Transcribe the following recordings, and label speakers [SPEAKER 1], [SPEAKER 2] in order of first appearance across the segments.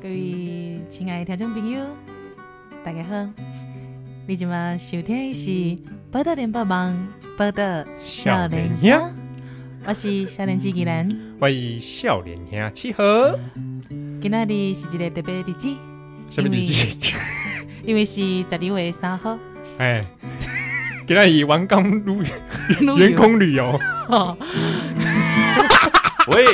[SPEAKER 1] 各位亲爱的听众朋友，大家好！你今晚收听的是《报道连帮忙》，报道少年
[SPEAKER 2] 少年
[SPEAKER 1] 兄，我是少年机器人。
[SPEAKER 2] 我以少年兄契合，
[SPEAKER 1] 今仔日是一个特别的日子，
[SPEAKER 2] 什么日子？
[SPEAKER 1] 因为是十二月三 号，
[SPEAKER 2] 哎，给他以员工旅
[SPEAKER 1] 员
[SPEAKER 2] 员工旅游，
[SPEAKER 3] 喂，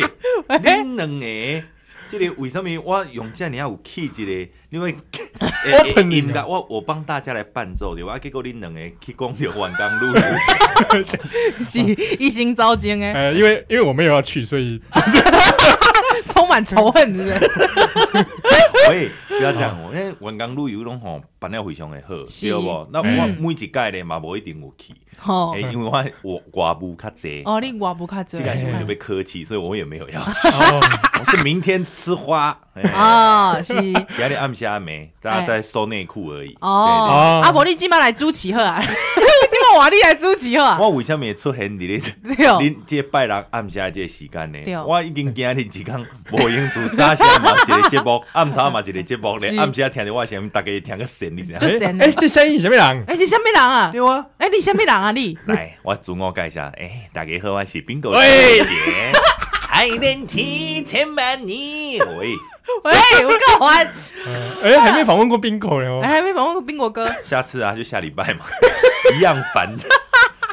[SPEAKER 3] 恁两个，这个为什么我用这样有气质的？因为
[SPEAKER 2] 我喷你
[SPEAKER 3] 应该我我帮大家来伴奏对吧？啊结果恁两个去讲着晚刚录音，
[SPEAKER 1] 是一心糟践 哎，
[SPEAKER 2] 哎，因为因为我没有要去，所以
[SPEAKER 1] 充满仇恨的 人。
[SPEAKER 3] 喂，不要这样，我那晚刚录音拢吼办了非常的好，
[SPEAKER 1] 是
[SPEAKER 3] 对不？那我
[SPEAKER 2] 嗯
[SPEAKER 3] 每一届咧嘛无一定有去，
[SPEAKER 1] 吼
[SPEAKER 3] 哎，因为我我外部较济。
[SPEAKER 1] 哦，你外不较济
[SPEAKER 3] 这个是我特别客气，所以我也没有要去。我是明天吃花，哎
[SPEAKER 1] 哦， 是
[SPEAKER 3] 今天暗下没，大家在收内裤而已。对
[SPEAKER 1] 哦
[SPEAKER 2] 哦，
[SPEAKER 1] 啊，无你今晚来主持好啊， 今晚换你来主持好啊
[SPEAKER 3] 对，我为什么会出现你咧？
[SPEAKER 1] 对哦
[SPEAKER 3] 恁这拜六暗时这个时间
[SPEAKER 1] 对
[SPEAKER 3] 呢，我已经今日一工无闲做早时嘛一个节目，暗头嘛一个节 目
[SPEAKER 1] 是
[SPEAKER 3] 咧，暗时啊听着我的声音，大家听个神， 你知影
[SPEAKER 1] 就？神了
[SPEAKER 2] 哎，这生意什么人？
[SPEAKER 1] 哎，你什么人啊？
[SPEAKER 3] 对啊，
[SPEAKER 1] 哎，你什么人啊？ 你
[SPEAKER 3] 来，我自我介绍，诶，大家好，我是冰狗
[SPEAKER 2] 喂
[SPEAKER 3] 姐姐，爱恋天千万年，喂，
[SPEAKER 1] 喂，我够还 哎
[SPEAKER 2] 哎，还没访问过冰口呢哦。
[SPEAKER 1] 还没访问过冰果哥，
[SPEAKER 3] 下次啊就下礼拜 嘛，一样烦，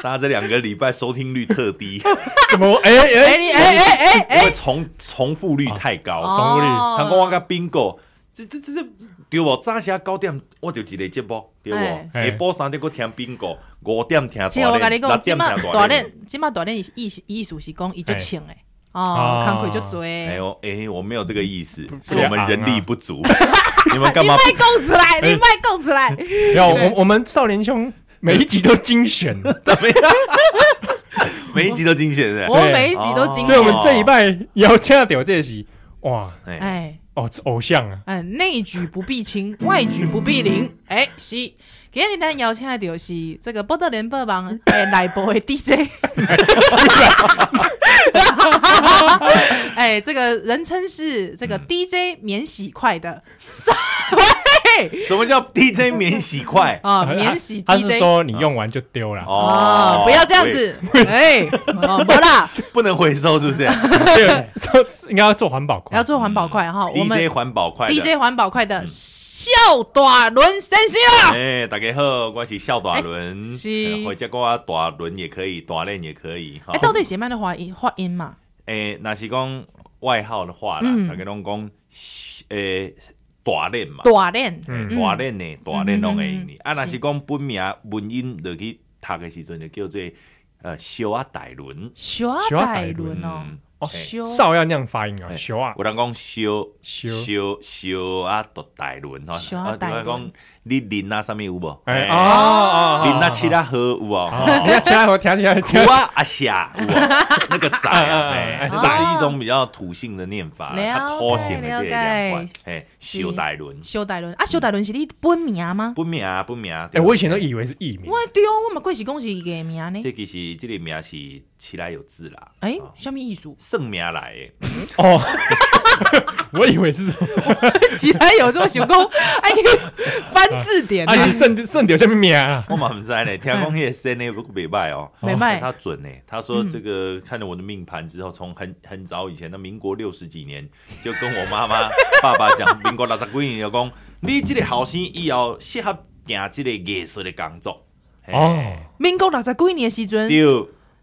[SPEAKER 3] 大家这两个礼拜收听率特低，
[SPEAKER 2] 怎么？哎
[SPEAKER 1] 哎
[SPEAKER 2] 哎，
[SPEAKER 1] 你哎哎 哎哦
[SPEAKER 3] 因为
[SPEAKER 1] 哎，
[SPEAKER 3] 重重复率太高，
[SPEAKER 2] 重复率
[SPEAKER 3] 常讲我甲 bingo，这这这这对无？早时啊九点我就一个节目，对无？
[SPEAKER 1] 哎
[SPEAKER 3] 下晡三点我听 bingo，五点听
[SPEAKER 1] 其实我
[SPEAKER 3] 大
[SPEAKER 1] 跟你
[SPEAKER 3] 连，六
[SPEAKER 1] 讲，即
[SPEAKER 3] 点听
[SPEAKER 1] 马
[SPEAKER 3] 大
[SPEAKER 1] 大
[SPEAKER 3] 连。
[SPEAKER 1] 练，即马大练意思意思是讲伊就
[SPEAKER 2] 哎
[SPEAKER 1] 请诶，哦，
[SPEAKER 2] 哦
[SPEAKER 1] 工课就做
[SPEAKER 3] 哎
[SPEAKER 1] 诶。
[SPEAKER 3] 呦，哎，我没有这个意思，是
[SPEAKER 2] 不要
[SPEAKER 3] 我们
[SPEAKER 2] 昂
[SPEAKER 3] 人
[SPEAKER 2] 啊
[SPEAKER 3] 力 不足。你们干
[SPEAKER 1] 你
[SPEAKER 3] 嘛
[SPEAKER 1] 卖
[SPEAKER 3] 不？
[SPEAKER 1] 供出来，你卖供出 来，
[SPEAKER 2] 然后我我们少年兄每一集都精选，
[SPEAKER 1] 哎
[SPEAKER 2] 所
[SPEAKER 3] 每一集都精选是不
[SPEAKER 1] 我
[SPEAKER 3] 是？
[SPEAKER 1] 们每一集都精
[SPEAKER 2] 以
[SPEAKER 3] 哦所
[SPEAKER 1] 选
[SPEAKER 2] 我们。这一拜要掐掉这集，哇
[SPEAKER 3] 哎，
[SPEAKER 1] 哎
[SPEAKER 2] 哦，偶像啊，
[SPEAKER 1] 哎，内举不避亲，外举不避邻。哎，是，今日咱邀请的就是这个波特联播 网诶内部的 DJ。哎，这个人称是这个
[SPEAKER 2] 嗯
[SPEAKER 1] DJ 免洗快的，喂
[SPEAKER 3] 什么叫 DJ 免洗快？
[SPEAKER 1] 啊，免洗
[SPEAKER 2] 哎他是
[SPEAKER 1] DJ
[SPEAKER 2] 说你用完就丢了，
[SPEAKER 1] 哦，不要这样，子，哎，哦，不啦，
[SPEAKER 3] 喂不能回收是 不是
[SPEAKER 2] 对，做应该要做环保筷
[SPEAKER 1] 要做环保快 哈， 我们
[SPEAKER 3] ？DJ 环保快的
[SPEAKER 1] DJ 环保快的笑短轮三星
[SPEAKER 2] 嗯
[SPEAKER 1] 啦，
[SPEAKER 3] 哎，大家好，我是笑大轮，
[SPEAKER 1] 哎是
[SPEAKER 3] 或者讲我大轮也可以，大轮也可以。哈
[SPEAKER 1] 哎，到底谁卖的发音发音嘛？
[SPEAKER 3] 诶、若是讲外号的话啦，
[SPEAKER 1] 嗯
[SPEAKER 3] 大家拢讲诶大练嘛，
[SPEAKER 1] 短练，
[SPEAKER 2] 嗯
[SPEAKER 3] 大练呢，大练拢会用
[SPEAKER 1] 嗯嗯
[SPEAKER 3] 哩
[SPEAKER 1] 嗯。
[SPEAKER 3] 啊，若
[SPEAKER 1] 是
[SPEAKER 3] 是讲本名文音落去读的时阵，就叫做呃小啊大轮。
[SPEAKER 1] 小
[SPEAKER 2] 小
[SPEAKER 1] 百
[SPEAKER 2] 百
[SPEAKER 1] 轮
[SPEAKER 2] 轮
[SPEAKER 1] 哦，
[SPEAKER 3] 嗯，
[SPEAKER 2] 哦
[SPEAKER 3] 嘿
[SPEAKER 1] 小
[SPEAKER 2] 少要那样发音啊，
[SPEAKER 3] 哎
[SPEAKER 2] 小啊，
[SPEAKER 3] 有人讲小
[SPEAKER 2] 小
[SPEAKER 3] 小小啊大大轮吼，
[SPEAKER 1] 小啊
[SPEAKER 3] 啊，
[SPEAKER 1] 大
[SPEAKER 3] 另
[SPEAKER 1] 轮
[SPEAKER 3] 外讲你林啊啥物有无？
[SPEAKER 2] 哎
[SPEAKER 3] 嘿
[SPEAKER 2] 哦，
[SPEAKER 3] 林啊七
[SPEAKER 2] 啊，
[SPEAKER 3] 啊河有无？
[SPEAKER 2] 人家其他我听起 来
[SPEAKER 3] 苦
[SPEAKER 2] 听
[SPEAKER 3] 啊阿霞，有无那个仔啊，
[SPEAKER 2] 嗯嗯嗯
[SPEAKER 3] 哎，
[SPEAKER 2] 嗯
[SPEAKER 3] 这是一种比较土性的念法，
[SPEAKER 1] 了解
[SPEAKER 3] 它拖性的这个念
[SPEAKER 1] 了
[SPEAKER 3] 法
[SPEAKER 1] 解，
[SPEAKER 3] 哎，修大轮，
[SPEAKER 1] 小百
[SPEAKER 3] 嗯
[SPEAKER 1] 轮啊，小百轮是你本名吗？
[SPEAKER 3] 不名啊不名啊。
[SPEAKER 2] 哎，
[SPEAKER 3] 对
[SPEAKER 2] 我以前都以为是艺名
[SPEAKER 1] 我，对哦，我嘛过是讲是伊个名呢，
[SPEAKER 3] 这个哦是这个名是起来有字啦，
[SPEAKER 1] 哎，什么意思？
[SPEAKER 3] 圣名来的，
[SPEAKER 2] 哦， 我以为是，
[SPEAKER 1] 起来有这么想 讲，哎，翻字典呢
[SPEAKER 3] 哎
[SPEAKER 2] 啊，，你剩剩掉下面名啊，
[SPEAKER 3] 我嘛不知道呢，听讲那个生呢不袂 歹哦，
[SPEAKER 1] 没卖
[SPEAKER 3] 他准呢，他说这
[SPEAKER 1] 嗯
[SPEAKER 3] 个看了我的命盘之后，从很很早以前，那民国六十几年，就跟我妈妈爸爸讲， 民国六十几年就讲，你这个后生以后适合行这个艺术的工作。嘿
[SPEAKER 2] 哦，
[SPEAKER 1] 民国六十几年的时阵，
[SPEAKER 3] 对，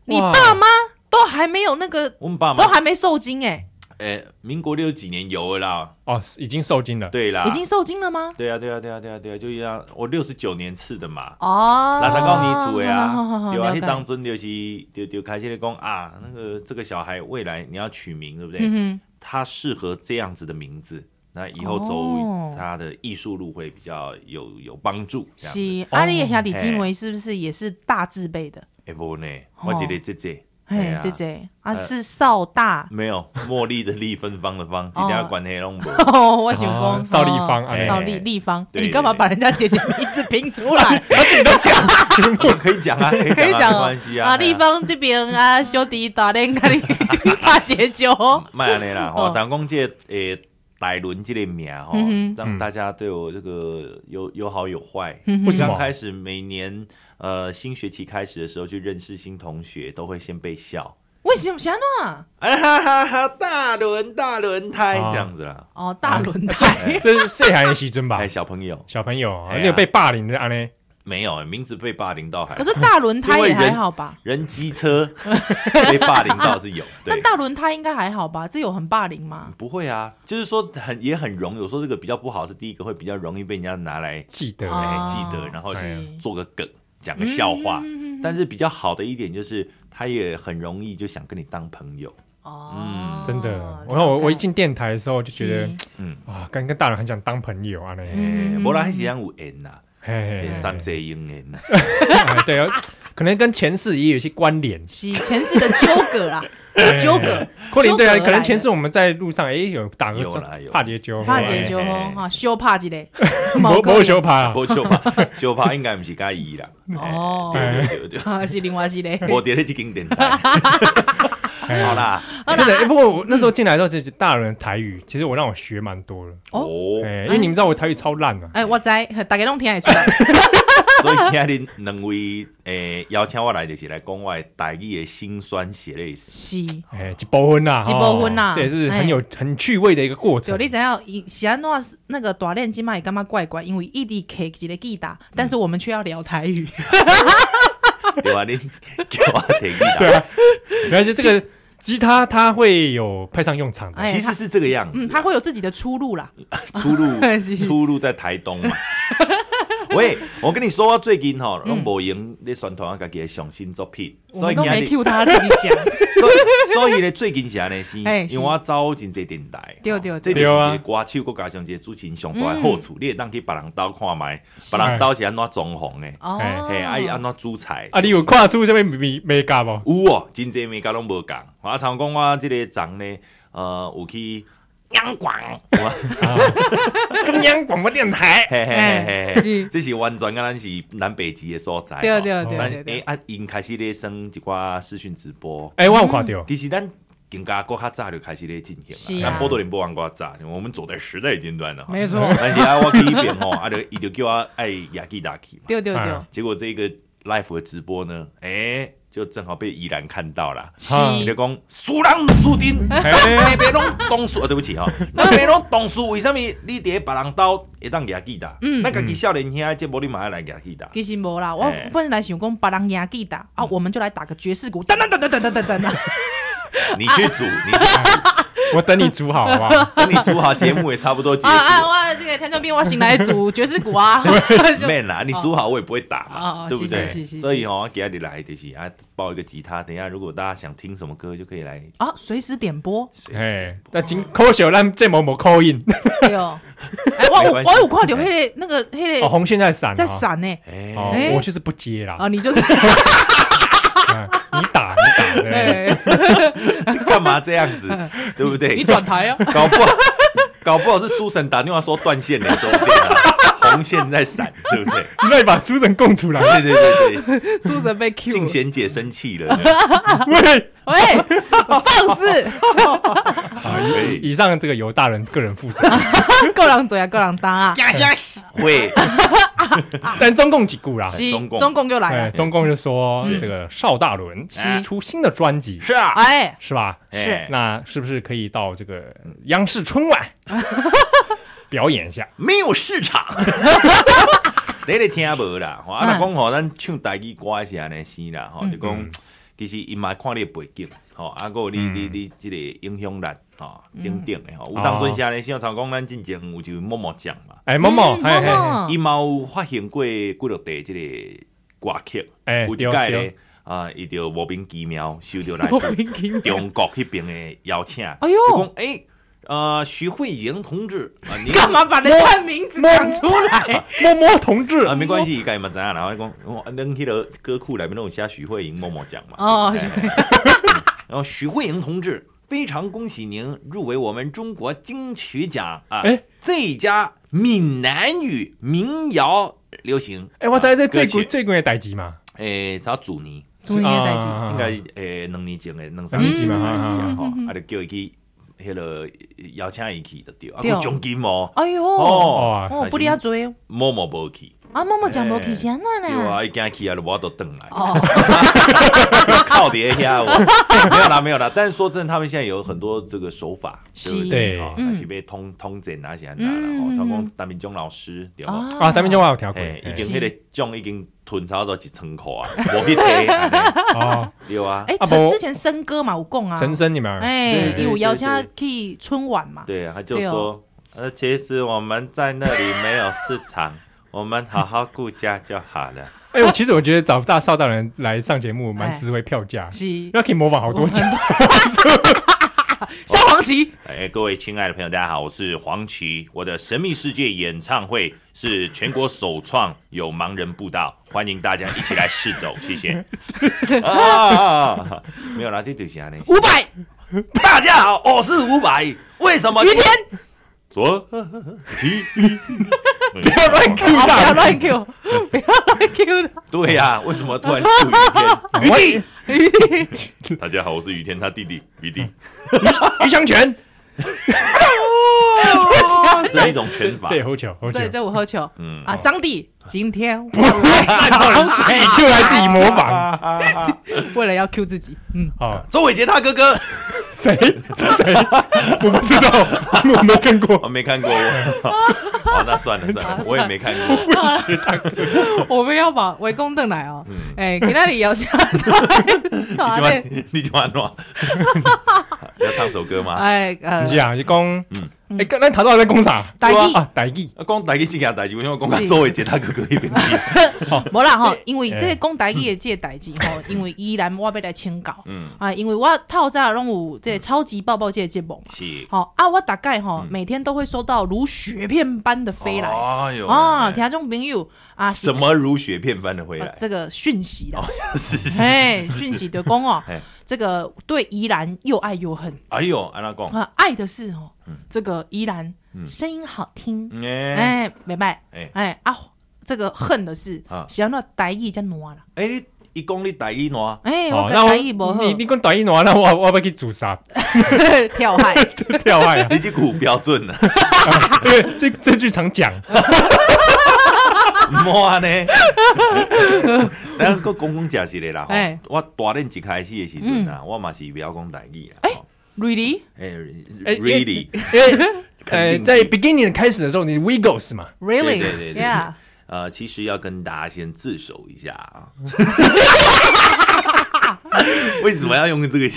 [SPEAKER 1] 你爸妈都还没有那个，
[SPEAKER 3] 我们爸妈
[SPEAKER 1] 都还没受精哎，
[SPEAKER 3] 诶、民国六几年有了啦，
[SPEAKER 2] 哦，已经受精了，
[SPEAKER 3] 对啦，
[SPEAKER 1] 已经受精了吗？
[SPEAKER 3] 对啊，对啊，对啊，对啊，对啊，就一样，我六十九年次的嘛，
[SPEAKER 1] 哦，
[SPEAKER 3] 拉萨高尼族的
[SPEAKER 1] 好好好好
[SPEAKER 3] 啊，对啊，
[SPEAKER 1] 哦了
[SPEAKER 3] 那
[SPEAKER 1] 解
[SPEAKER 3] 当中就是就就开始在讲啊，那个这个小孩未来你要取名，对不对？
[SPEAKER 1] 嗯
[SPEAKER 3] 他适合这样子的名字，那以后
[SPEAKER 1] 哦
[SPEAKER 3] 走他的艺术路会比较有有帮助。
[SPEAKER 1] 哼，
[SPEAKER 3] 这样子，
[SPEAKER 1] 是
[SPEAKER 2] 哦
[SPEAKER 1] 阿丽的兄弟姊妹是不是也是大字辈的？
[SPEAKER 3] 哎不呢，我觉得这这，哎
[SPEAKER 1] 哦嘿
[SPEAKER 3] 呀，
[SPEAKER 1] 姐姐啊，是少大
[SPEAKER 3] 没有茉莉的莉芬芳的芳，今天要管黑龙
[SPEAKER 1] 哦， 我想
[SPEAKER 2] 哦
[SPEAKER 1] 讲
[SPEAKER 2] 邵立
[SPEAKER 1] 哦
[SPEAKER 2] 方啊，
[SPEAKER 3] 哎
[SPEAKER 1] 少立立方，
[SPEAKER 3] 对
[SPEAKER 1] 你干嘛
[SPEAKER 3] 对对
[SPEAKER 1] 把人家姐姐名字拼出来？
[SPEAKER 3] 我 可以讲啊，可以
[SPEAKER 1] 可以
[SPEAKER 3] 讲
[SPEAKER 1] 讲
[SPEAKER 3] 啊， 没
[SPEAKER 1] 哦
[SPEAKER 3] 关系啊，
[SPEAKER 1] 啊，立方这边啊，小弟打脸跟你发解酒，
[SPEAKER 3] 卖安尼啦，吼、
[SPEAKER 1] 哦
[SPEAKER 3] 但讲这诶、傣伦这类名哈
[SPEAKER 1] 嗯哼，
[SPEAKER 3] 让大家对我这个有有好有坏。
[SPEAKER 1] 嗯
[SPEAKER 2] 为什么
[SPEAKER 3] 刚开始每年呃新学期开始的时候去认识新同学，都会先被笑，
[SPEAKER 1] 为什么？想哪？
[SPEAKER 3] 啊哈哈哈，大轮大轮胎
[SPEAKER 2] 啊
[SPEAKER 3] 这样子啦，
[SPEAKER 1] 哦，大轮
[SPEAKER 3] 哎
[SPEAKER 1] 胎，
[SPEAKER 2] 这是岁寒的时
[SPEAKER 1] 哦
[SPEAKER 2] 阵吧
[SPEAKER 3] 哎，？小朋友
[SPEAKER 2] 小朋友，啊
[SPEAKER 3] 哎呀
[SPEAKER 2] 你有被霸凌的安呢？
[SPEAKER 3] 没有名字被霸凌到还
[SPEAKER 1] 可是大轮胎也还好吧？
[SPEAKER 3] 人机 车被霸凌到是有，
[SPEAKER 1] 但
[SPEAKER 3] 对。
[SPEAKER 1] 大轮胎应该还好吧？这有很霸凌吗？
[SPEAKER 3] 不会啊，就是说很也很容易，有时候这个比较不好是第一个会比较容易被人家拿来
[SPEAKER 2] 记得
[SPEAKER 1] 啊
[SPEAKER 2] 哎
[SPEAKER 3] 哎记得，然后
[SPEAKER 1] 是
[SPEAKER 3] 做个梗，讲个笑话。
[SPEAKER 1] 嗯
[SPEAKER 3] 但是比较好的一点就是，他也很容易就想跟你当朋友。
[SPEAKER 1] 哦，
[SPEAKER 2] 真的。
[SPEAKER 1] 了解
[SPEAKER 2] 然后我我一进电台的时候就觉得
[SPEAKER 1] 是
[SPEAKER 3] 嗯，
[SPEAKER 2] 啊，跟跟大人很想当朋友安呢。
[SPEAKER 1] 嗯
[SPEAKER 3] 哎，无人是样有缘呐，
[SPEAKER 2] 嘿嘿
[SPEAKER 3] 这
[SPEAKER 2] 嘿
[SPEAKER 3] 三世姻缘呐。
[SPEAKER 2] 哎对哦，可能跟前世也有一些关联。
[SPEAKER 1] 是前世的纠葛 啦，
[SPEAKER 2] 哎
[SPEAKER 1] 纠葛，
[SPEAKER 2] 可能对啊，
[SPEAKER 1] 纠葛而来的
[SPEAKER 2] 可能前世我们在路上哎有打个
[SPEAKER 3] 有啦有
[SPEAKER 2] 帕杰鸠，
[SPEAKER 1] 怕解
[SPEAKER 3] 鸠
[SPEAKER 1] 纠吼
[SPEAKER 3] 哎
[SPEAKER 1] 哈，修怕一嘞，
[SPEAKER 2] 没
[SPEAKER 1] 可能
[SPEAKER 2] 没修帕，
[SPEAKER 3] 不笑吧，笑吧应该不是介意啦。
[SPEAKER 1] 哦
[SPEAKER 3] 哎对对对
[SPEAKER 1] 啊是另外一嘞，
[SPEAKER 3] 对，我伫咧这间电台，
[SPEAKER 2] 哎
[SPEAKER 3] 好啦。
[SPEAKER 2] 真的。哎不过我
[SPEAKER 1] 嗯
[SPEAKER 2] 那时候进来的时候，就是大人的台语，其实我让我学蛮多了。
[SPEAKER 3] 哦，
[SPEAKER 2] 哎，因为你们知道我台语超烂啊的，
[SPEAKER 1] 哎，我知，大家拢听得出来，
[SPEAKER 3] 所以今日两位诶邀请我来就是来讲我的台语的辛酸血泪史。
[SPEAKER 1] 是，
[SPEAKER 2] 哎，几包婚呐，
[SPEAKER 1] 一哦部分啊
[SPEAKER 2] 哦这也是很有很趣味的一个过
[SPEAKER 1] 就
[SPEAKER 2] 程。
[SPEAKER 1] 你知道，以喜安诺那个大练金嘛，也干嘛怪怪，因为异地 K 级的吉他，但是我们却要聊台语，
[SPEAKER 3] 对吧？你 叫我提议啦，
[SPEAKER 2] 对啊，而且这个吉他它会有派上用场 的。
[SPEAKER 1] 哎
[SPEAKER 3] 其
[SPEAKER 1] 他
[SPEAKER 3] 实是这个样
[SPEAKER 1] 嗯，
[SPEAKER 3] 子。
[SPEAKER 1] 他会有自己的出路啦，
[SPEAKER 3] 出入
[SPEAKER 1] 是
[SPEAKER 3] 出入在台东嘛。 喂，我跟你说，我最近吼拢无用咧宣传我家己的上新作品，
[SPEAKER 1] 嗯我
[SPEAKER 3] 所以
[SPEAKER 1] 们都
[SPEAKER 3] 今
[SPEAKER 1] 没
[SPEAKER 3] 日
[SPEAKER 1] Q 他自己讲，
[SPEAKER 3] 所以 所以咧最近是安 尼是，
[SPEAKER 1] 哎是
[SPEAKER 3] 因为我走真济电台，
[SPEAKER 1] 对对
[SPEAKER 3] 吼
[SPEAKER 1] 对嗯
[SPEAKER 3] 这就是
[SPEAKER 2] 对啊
[SPEAKER 3] 一个歌手，佮加上一个主持人上大的好处，你会当去别人兜看卖，别人兜是安怎装潢的，
[SPEAKER 1] 哦
[SPEAKER 2] 哎，
[SPEAKER 3] 嘿，啊伊安怎煮菜
[SPEAKER 2] 啊，你有跨出这边美美嘎不？
[SPEAKER 3] 有哦，真济物甲拢无共。我啊常讲我即个昨呢，呃，有去央 广，哇
[SPEAKER 2] 中央广播电台。
[SPEAKER 3] 嘿嘿嘿嘿
[SPEAKER 1] 哎
[SPEAKER 3] 嘿
[SPEAKER 1] 是，
[SPEAKER 3] 这是完全敢咱是南北极的所在。
[SPEAKER 1] 对
[SPEAKER 3] 吼
[SPEAKER 1] 对对
[SPEAKER 3] 咱
[SPEAKER 1] 对对
[SPEAKER 3] 诶啊，因开始咧生一寡视讯直播，
[SPEAKER 2] 哎，我有看到，
[SPEAKER 3] 其实咱。更加国较早就开始咧进行
[SPEAKER 1] 是
[SPEAKER 3] 啦，
[SPEAKER 1] 啊
[SPEAKER 3] 咱波多连播完较早，我们走在时代尖端的哈。
[SPEAKER 1] 没错
[SPEAKER 3] 但是啊，我去一 边吼，啊就伊就叫我爱亚基达去嘛。
[SPEAKER 1] 对对对
[SPEAKER 2] 哎，
[SPEAKER 3] 结果这个 live 的直播呢，哎、就正好被怡然看到啦。
[SPEAKER 1] 是
[SPEAKER 2] 啊
[SPEAKER 3] 你就讲输人毋输阵，
[SPEAKER 2] 哎
[SPEAKER 3] 南北拢同事，啊对不起 吼，南北拢同事，为什么你伫别人兜会当举吉他？
[SPEAKER 1] 嗯
[SPEAKER 3] 咱家己少年兄的节目你嘛要来举吉他？
[SPEAKER 1] 其实无啦，我
[SPEAKER 3] 哎
[SPEAKER 1] 本来想讲别人赢吉他啊，我们就来打个爵士鼓，噔噔噔噔噔噔噔噔，
[SPEAKER 3] 你去 煮，你去煮，
[SPEAKER 2] 我等你煮好，好不好？
[SPEAKER 3] 等你煮好节目也差不多结
[SPEAKER 1] 啊
[SPEAKER 3] 束。
[SPEAKER 1] 啊！我这个田中斌，我醒来组爵士鼓 啊，就
[SPEAKER 3] man 啦，你煮好我也不会打
[SPEAKER 1] 哦哦
[SPEAKER 3] 嘛，对不对
[SPEAKER 1] 是是是是？
[SPEAKER 3] 所以哦，给你来就是啊，抱一个吉他，等一下如果大家想听什么歌就可以来。
[SPEAKER 1] 啊，随时点 播
[SPEAKER 3] 随时
[SPEAKER 2] 哎，那今扣小咱这某某扣印，
[SPEAKER 1] 对哦。哎，我
[SPEAKER 3] 没
[SPEAKER 1] 我
[SPEAKER 3] 关系
[SPEAKER 1] 我有看到那个那个那
[SPEAKER 2] 哦，
[SPEAKER 1] 个
[SPEAKER 2] 红线在闪，
[SPEAKER 1] 在
[SPEAKER 2] 哦。
[SPEAKER 1] 闪呢，
[SPEAKER 3] 哎，
[SPEAKER 2] 哦
[SPEAKER 1] 哎，
[SPEAKER 2] 我就是不接啦。
[SPEAKER 1] 啊，你就是
[SPEAKER 2] 哎你打，你打，对。
[SPEAKER 1] 哎
[SPEAKER 3] 干嘛这样子？对不 对？
[SPEAKER 1] 你转台啊，
[SPEAKER 3] 搞不好，搞不好是苏神打电话说断线的时候，对啊红线在闪，对不对？
[SPEAKER 2] 你那把书神供 出来，
[SPEAKER 3] 对对 对对，
[SPEAKER 1] 苏哲被
[SPEAKER 3] 静
[SPEAKER 1] Q，
[SPEAKER 3] 贤姐生气了，
[SPEAKER 2] 喂！
[SPEAKER 1] 喂，放肆，
[SPEAKER 2] 啊，
[SPEAKER 3] 哎
[SPEAKER 2] 以以上这个由大人个人负责，
[SPEAKER 1] 够狼嘴啊，够狼当啊，
[SPEAKER 3] 会
[SPEAKER 2] 但中共几顾啦。
[SPEAKER 1] 是
[SPEAKER 3] 哎中共
[SPEAKER 1] 中共就来
[SPEAKER 2] 哎，
[SPEAKER 1] 了，
[SPEAKER 2] 中共就说
[SPEAKER 1] 是
[SPEAKER 2] 这个邵大伦
[SPEAKER 1] 是
[SPEAKER 2] 出新的专辑，
[SPEAKER 3] 是啊，
[SPEAKER 1] 哎，
[SPEAKER 2] 是吧？
[SPEAKER 1] 是
[SPEAKER 3] 哎
[SPEAKER 2] 那是不是可以到这个央视春晚表演一下？
[SPEAKER 3] 没有市场。 你咧听无啦？吼，啊，
[SPEAKER 1] 嗯
[SPEAKER 3] 若讲吼，咱唱台语歌是安尼是啦，吼，就讲
[SPEAKER 2] 嗯
[SPEAKER 3] 其实伊嘛看你的背景，吼，啊，还有你你你即个影响力，吼，
[SPEAKER 2] 嗯
[SPEAKER 3] 等等的吼，
[SPEAKER 2] 哦
[SPEAKER 3] 有当阵是安尼，像像讲咱进前有就默默讲嘛，
[SPEAKER 2] 哎，某某，
[SPEAKER 1] 嗯
[SPEAKER 2] 哎
[SPEAKER 1] 某某
[SPEAKER 2] 哎
[SPEAKER 3] 伊嘛有发行过几落地即个歌曲，
[SPEAKER 2] 哎
[SPEAKER 3] 有
[SPEAKER 2] 对
[SPEAKER 3] 一届
[SPEAKER 2] 对
[SPEAKER 3] 咧啊，伊就莫名其妙收到 来
[SPEAKER 1] 莫
[SPEAKER 3] 自
[SPEAKER 1] 名其妙
[SPEAKER 3] 中国迄边的邀请，哎
[SPEAKER 1] 呦
[SPEAKER 3] 就讲哎呃，徐慧莹同志啊，您
[SPEAKER 1] 干嘛把人家名字讲出 来？
[SPEAKER 2] 默默同志
[SPEAKER 3] 啊，没关系，伊家己嘛知影啦，然后伊讲，我恁迄个歌库内面都有写徐慧莹某某奖嘛，
[SPEAKER 1] 哦
[SPEAKER 3] 哎
[SPEAKER 1] 徐
[SPEAKER 3] 然后徐慧莹同志。非常恭喜您入围我们中国金曲奖啊！
[SPEAKER 2] 哎
[SPEAKER 3] 最佳闽南语民谣流行。
[SPEAKER 2] 哎，我猜这最
[SPEAKER 3] 歌曲
[SPEAKER 2] 贵最贵的代级嘛，
[SPEAKER 3] 诶，啥主呢？
[SPEAKER 1] 中年代际，
[SPEAKER 2] 啊
[SPEAKER 3] 应该诶两年前诶，两三
[SPEAKER 2] 两
[SPEAKER 3] 年
[SPEAKER 2] 年前
[SPEAKER 3] 前
[SPEAKER 2] 嘛
[SPEAKER 3] 诶代志
[SPEAKER 2] 嗯
[SPEAKER 3] 啊，吼，啊就叫伊去迄个邀请伊去的对，啊，
[SPEAKER 1] 对
[SPEAKER 3] 有奖金哦，
[SPEAKER 1] 哎呦，
[SPEAKER 3] 哦
[SPEAKER 1] 哦，不哩要追
[SPEAKER 3] 某某无去，
[SPEAKER 1] 啊，默默讲无去是安怎
[SPEAKER 3] 对
[SPEAKER 1] 啦？
[SPEAKER 3] 啊，伊惊去啊，就无都转来，
[SPEAKER 1] 哦，
[SPEAKER 3] 靠底下我，没有啦，没有啦。但是说真的，他们现在有很多这个手法，对
[SPEAKER 1] 是
[SPEAKER 3] 不对？
[SPEAKER 2] 对
[SPEAKER 3] 啊，
[SPEAKER 1] 嗯
[SPEAKER 3] 那是被通通诊啊，是安那啦，
[SPEAKER 1] 嗯
[SPEAKER 3] 哦，像讲陈明忠老师对吧？
[SPEAKER 1] 哦
[SPEAKER 2] 啊，咱们就话有条过，
[SPEAKER 3] 哎，已
[SPEAKER 2] 嘿
[SPEAKER 3] 经迄个奖已经吞差不多一千块啊，无去摕安尼，
[SPEAKER 2] 哦，
[SPEAKER 3] 对啊，
[SPEAKER 1] 哎，
[SPEAKER 2] 啊
[SPEAKER 1] 陈
[SPEAKER 2] 不
[SPEAKER 1] 之前森哥嘛有讲啊，
[SPEAKER 2] 陈生你们，
[SPEAKER 1] 哎，伊
[SPEAKER 3] 对
[SPEAKER 1] 有邀请
[SPEAKER 3] 对
[SPEAKER 1] 去春晚嘛，
[SPEAKER 3] 对啊，他就
[SPEAKER 1] 对哦
[SPEAKER 3] 说，呃，其实我们在那里没有市场，我们好好顾家就好了。
[SPEAKER 2] 哎，我其实我觉得找大少大人来上节目蛮值回票价，
[SPEAKER 1] 是
[SPEAKER 2] 要可以模仿好多家，
[SPEAKER 1] 萧煌奇，
[SPEAKER 3] 哎，各位亲爱的朋友，大家好，我是黄奇。我的神秘世界演唱会是全国首创有盲人步道，欢迎大家一起来试走，谢谢。啊，没有啦，这就是安尼。
[SPEAKER 1] 伍佰、
[SPEAKER 3] 大家好，我是伍佰。为什么
[SPEAKER 1] 于天，
[SPEAKER 3] 昨天？
[SPEAKER 2] 不要乱 Q
[SPEAKER 1] 啊好不要
[SPEAKER 2] 大
[SPEAKER 1] 乱
[SPEAKER 2] 人，
[SPEAKER 1] Q，不要乱 Q 的，
[SPEAKER 3] 对呀、为什么突然是雨天？
[SPEAKER 1] 于天
[SPEAKER 3] 雨弟，大家好，我是雨天他弟弟雨弟，
[SPEAKER 2] 于香泉，
[SPEAKER 1] 哦
[SPEAKER 3] 这是一种拳法
[SPEAKER 2] 这。也好巧，好巧
[SPEAKER 1] 对，，这我喝酒，
[SPEAKER 3] 嗯
[SPEAKER 1] 啊，张帝，今天
[SPEAKER 2] 到 人自己 Q 来自己模仿，
[SPEAKER 1] 为了要 Q 自己，嗯，
[SPEAKER 2] 好，
[SPEAKER 3] 周伟杰他哥哥，
[SPEAKER 2] 谁 是谁？我不知道， 我没看
[SPEAKER 3] 我
[SPEAKER 2] 过，
[SPEAKER 3] 哦没看过。 好，那算了算了，我也没看过。
[SPEAKER 1] 我们要把围攻邓来哦，
[SPEAKER 3] 嗯
[SPEAKER 1] 哎，给那里摇下
[SPEAKER 3] 你
[SPEAKER 1] 来
[SPEAKER 3] 喜，欢 你喜欢吗？要唱首歌吗？
[SPEAKER 1] 哎，呃
[SPEAKER 2] 不是，啊，是讲，
[SPEAKER 3] 嗯
[SPEAKER 2] 哎，刚咱谈到在讲啥？
[SPEAKER 1] 台语
[SPEAKER 2] 啊，台语，
[SPEAKER 3] 啊，讲台语这件代志，为什么讲到周伟杰他哥哥 那边去？
[SPEAKER 1] 无啦吼，因为这个讲台语的这个代志吼，因为依然我要来请教
[SPEAKER 3] 嗯，
[SPEAKER 1] 啊，因为我透早拢有这个超级抱抱这个节目嘛，
[SPEAKER 3] 是
[SPEAKER 1] 吼啊，我大概吼
[SPEAKER 3] 嗯
[SPEAKER 1] 每天都会收到如雪片般的飞来
[SPEAKER 3] 哎呦，
[SPEAKER 1] 啊，
[SPEAKER 3] 啊，
[SPEAKER 1] 听众朋友啊，是哦
[SPEAKER 3] 什么如雪片般的回
[SPEAKER 1] 啊
[SPEAKER 3] 来？
[SPEAKER 1] 这个讯息啦，
[SPEAKER 3] 是是
[SPEAKER 1] 哎，
[SPEAKER 3] 哦是
[SPEAKER 1] 讯息的公哦
[SPEAKER 3] 哎，
[SPEAKER 1] 这个对宜兰又爱又恨
[SPEAKER 3] 哎呦，安娜讲，
[SPEAKER 1] 啊，爱的是哦，
[SPEAKER 3] 嗯
[SPEAKER 1] 这个宜兰声音好听，
[SPEAKER 3] 哎
[SPEAKER 1] 哎，没拜
[SPEAKER 3] 哎，
[SPEAKER 1] 哎啊，这个恨的是
[SPEAKER 3] 啊
[SPEAKER 1] 喜欢那台语才烂啦，
[SPEAKER 3] 哎，你一讲你台语喏，
[SPEAKER 1] 哎，
[SPEAKER 2] 哦
[SPEAKER 1] 我
[SPEAKER 2] 那
[SPEAKER 1] 跟台语无好
[SPEAKER 2] 你，你讲台语哪？那我我要不要去自杀
[SPEAKER 1] 跳海，
[SPEAKER 2] 跳 海啊？
[SPEAKER 3] 你这股标准啊，
[SPEAKER 2] 因为这这句常 讲，
[SPEAKER 3] 莫呢？咱个讲讲真实的啦，吼
[SPEAKER 1] 哎嗯
[SPEAKER 3] 我大练一开始的时阵啊，我嘛是不晓讲台语啊。吼
[SPEAKER 1] really
[SPEAKER 3] 哎
[SPEAKER 2] 哎
[SPEAKER 3] ，really，
[SPEAKER 2] 因为
[SPEAKER 3] 肯
[SPEAKER 2] 呃，
[SPEAKER 3] 定
[SPEAKER 2] 在
[SPEAKER 3] 是
[SPEAKER 2] beginning 开始的时候，你 Wiggles 嘛，
[SPEAKER 1] really
[SPEAKER 3] 对对对
[SPEAKER 1] yeah
[SPEAKER 3] 呃，其实要跟大家先自首一下啊。 为什么要用这个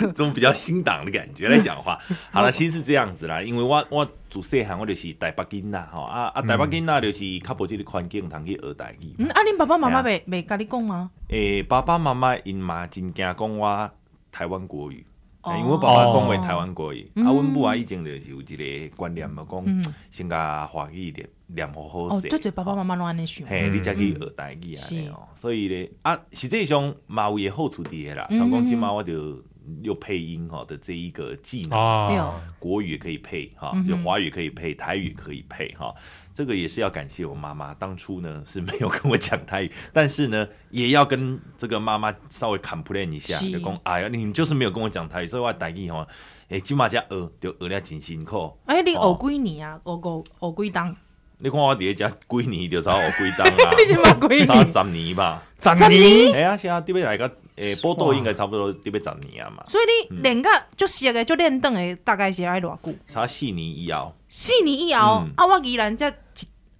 [SPEAKER 3] 这种比较新党的感觉来讲 话？好了，其实是这样子啦，因为我我自细汉我就是台北囡仔吼，啊啊台北囡仔就是较无即个环境通去学台语嘛
[SPEAKER 1] 嗯嗯，。啊，恁爸爸妈妈
[SPEAKER 3] 哎
[SPEAKER 1] 未未甲你讲吗？
[SPEAKER 3] 诶、爸爸妈妈因嘛真惊讲我台湾国语，
[SPEAKER 1] 哦嗯
[SPEAKER 3] 因为我爸爸讲话台湾国语，啊，阮母啊以前就是有一个观念嘛，讲、先甲华语念念好好
[SPEAKER 1] 哦，
[SPEAKER 3] 势。
[SPEAKER 1] 就嘴爸爸妈妈拢安尼想，
[SPEAKER 3] 嘿，你才去学台语安尼
[SPEAKER 1] 嗯是
[SPEAKER 3] 哦。所以咧，啊，实际上嘛有伊好处伫诶啦。像讲即嘛，我就有配音吼的这一个技能，
[SPEAKER 1] 对
[SPEAKER 2] 哦
[SPEAKER 1] 哦，
[SPEAKER 3] 国语也可以配哈，
[SPEAKER 1] 嗯
[SPEAKER 3] 就华语可以配，台语可以配哈。这个也是要感谢我妈妈，当初呢是没有跟我讲台语，但是呢也要跟这个妈妈稍微 complain 一下，
[SPEAKER 1] 是
[SPEAKER 3] 就讲哎呀，你们就是没有跟我讲台语，所以我的台语吼，诶，即嘛才学，就学了真辛苦。
[SPEAKER 1] 哎，你
[SPEAKER 3] 哦
[SPEAKER 1] 学几年啊？学五学几
[SPEAKER 3] 嗯
[SPEAKER 1] 当？，
[SPEAKER 3] 你看我伫咧遮几年，就差我几档啦
[SPEAKER 1] 你是嘛几年
[SPEAKER 3] 差十年吧。
[SPEAKER 2] 展
[SPEAKER 1] 十
[SPEAKER 2] 尼
[SPEAKER 3] 哎呀，是啊，这边来个诶，报道应该差不多这边十年啊嘛，
[SPEAKER 1] 所以你练个就熟个就练凳的，大概是爱偌久？
[SPEAKER 3] 差四年以后，
[SPEAKER 1] 四年以后
[SPEAKER 3] 嗯，
[SPEAKER 1] 啊，我依然才一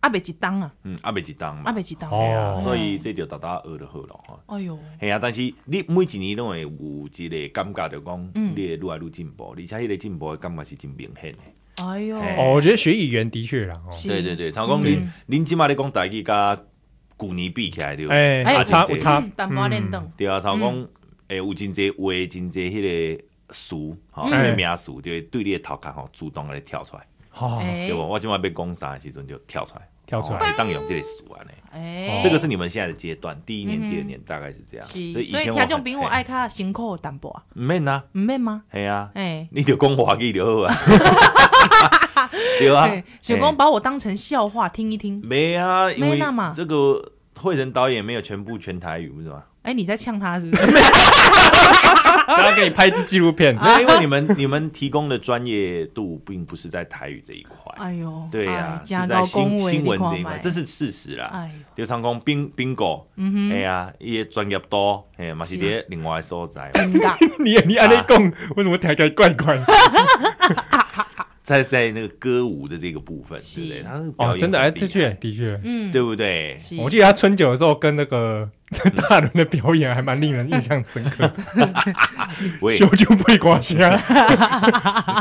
[SPEAKER 1] 啊未一当啊，
[SPEAKER 3] 嗯，阿未一档
[SPEAKER 1] 啊
[SPEAKER 3] 嘛，
[SPEAKER 1] 未一当。
[SPEAKER 2] 哦
[SPEAKER 3] 哎呀，所以这就大大学就好了吼。
[SPEAKER 1] 哎呦，
[SPEAKER 3] 系啊，但是你每一年拢会有一个感觉，就讲
[SPEAKER 1] 嗯
[SPEAKER 3] 你会愈来愈进步，而且迄个进步的感觉是真明显的。
[SPEAKER 1] 哎呦，
[SPEAKER 3] 嘿
[SPEAKER 2] 哦，我觉得学语言的确啦，哦，
[SPEAKER 1] 是嗯
[SPEAKER 3] 对对，对，像讲恁恁即马咧讲台语甲旧年比起来，对吧
[SPEAKER 2] 哎
[SPEAKER 1] 哎，
[SPEAKER 2] 差
[SPEAKER 3] 真
[SPEAKER 2] 有
[SPEAKER 3] 多
[SPEAKER 2] 差
[SPEAKER 1] 嗯，淡薄仔练凳，
[SPEAKER 3] 对啊，像
[SPEAKER 1] 嗯
[SPEAKER 3] 讲诶有真济话，真济迄个词，吼，
[SPEAKER 2] 嗯
[SPEAKER 3] 迄个名词就会对你的头壳吼主动来跳出来，
[SPEAKER 2] 好，
[SPEAKER 1] 哎
[SPEAKER 3] 对无？我即马要讲啥的时阵就跳出来，
[SPEAKER 2] 跳出来
[SPEAKER 3] 哦会当用即个词安尼。
[SPEAKER 1] 哎，嗯
[SPEAKER 3] 这个是你们现在的阶段，第一年、第二年大概是这样。
[SPEAKER 1] 是，
[SPEAKER 3] 以
[SPEAKER 1] 所以
[SPEAKER 3] 前哎
[SPEAKER 1] 听众哎比我
[SPEAKER 3] 嘿
[SPEAKER 1] 爱较辛苦淡薄啊，
[SPEAKER 3] 唔免啊，
[SPEAKER 1] 唔免吗？
[SPEAKER 3] 系啊，
[SPEAKER 1] 哎。
[SPEAKER 3] 你就讲华语就好啊。 对啊
[SPEAKER 1] 对，，想
[SPEAKER 3] 嘿
[SPEAKER 1] 讲把我当成笑话听一听，
[SPEAKER 3] 没啊，因为
[SPEAKER 1] 没那嘛
[SPEAKER 3] 这个慧仁导演没有全部全台语，不是吗？
[SPEAKER 1] 哎、你在呛他是不 是？
[SPEAKER 2] 然后给你拍一支纪录片，
[SPEAKER 1] 啊
[SPEAKER 3] 没有因为你们 你们提供的专业度并不是在台语这一块，
[SPEAKER 1] 哎呦，
[SPEAKER 3] 对呀，
[SPEAKER 1] 哎
[SPEAKER 3] 是
[SPEAKER 1] 真
[SPEAKER 3] 在
[SPEAKER 1] 高
[SPEAKER 3] 新
[SPEAKER 1] 恭维
[SPEAKER 3] 新闻
[SPEAKER 1] 你
[SPEAKER 3] 这
[SPEAKER 1] 看
[SPEAKER 3] 一块，
[SPEAKER 1] 麦
[SPEAKER 3] 这是事实啦。
[SPEAKER 1] 哎呦，
[SPEAKER 3] 刘长工冰冰狗，
[SPEAKER 1] 嗯
[SPEAKER 3] 哎呀，也专业多，哎，嘛是
[SPEAKER 1] 是
[SPEAKER 3] 伫另外的所在。
[SPEAKER 1] 尴 尬，
[SPEAKER 2] 你你按那
[SPEAKER 3] 啊
[SPEAKER 2] 供，为什么抬开怪怪？
[SPEAKER 3] 在在那个歌舞的这个部分，
[SPEAKER 1] 是
[SPEAKER 3] 对不对？他那个表
[SPEAKER 2] 哦，
[SPEAKER 3] 演
[SPEAKER 2] 真的，哎，
[SPEAKER 3] 很厉害
[SPEAKER 2] 的确，的确，
[SPEAKER 1] 嗯，
[SPEAKER 3] 对不对？
[SPEAKER 1] 是，。
[SPEAKER 2] 我记得他春酒的时候跟那个 大人的表演还蛮令人印象深 刻，
[SPEAKER 3] 喂，
[SPEAKER 2] 修就被刮 瞎。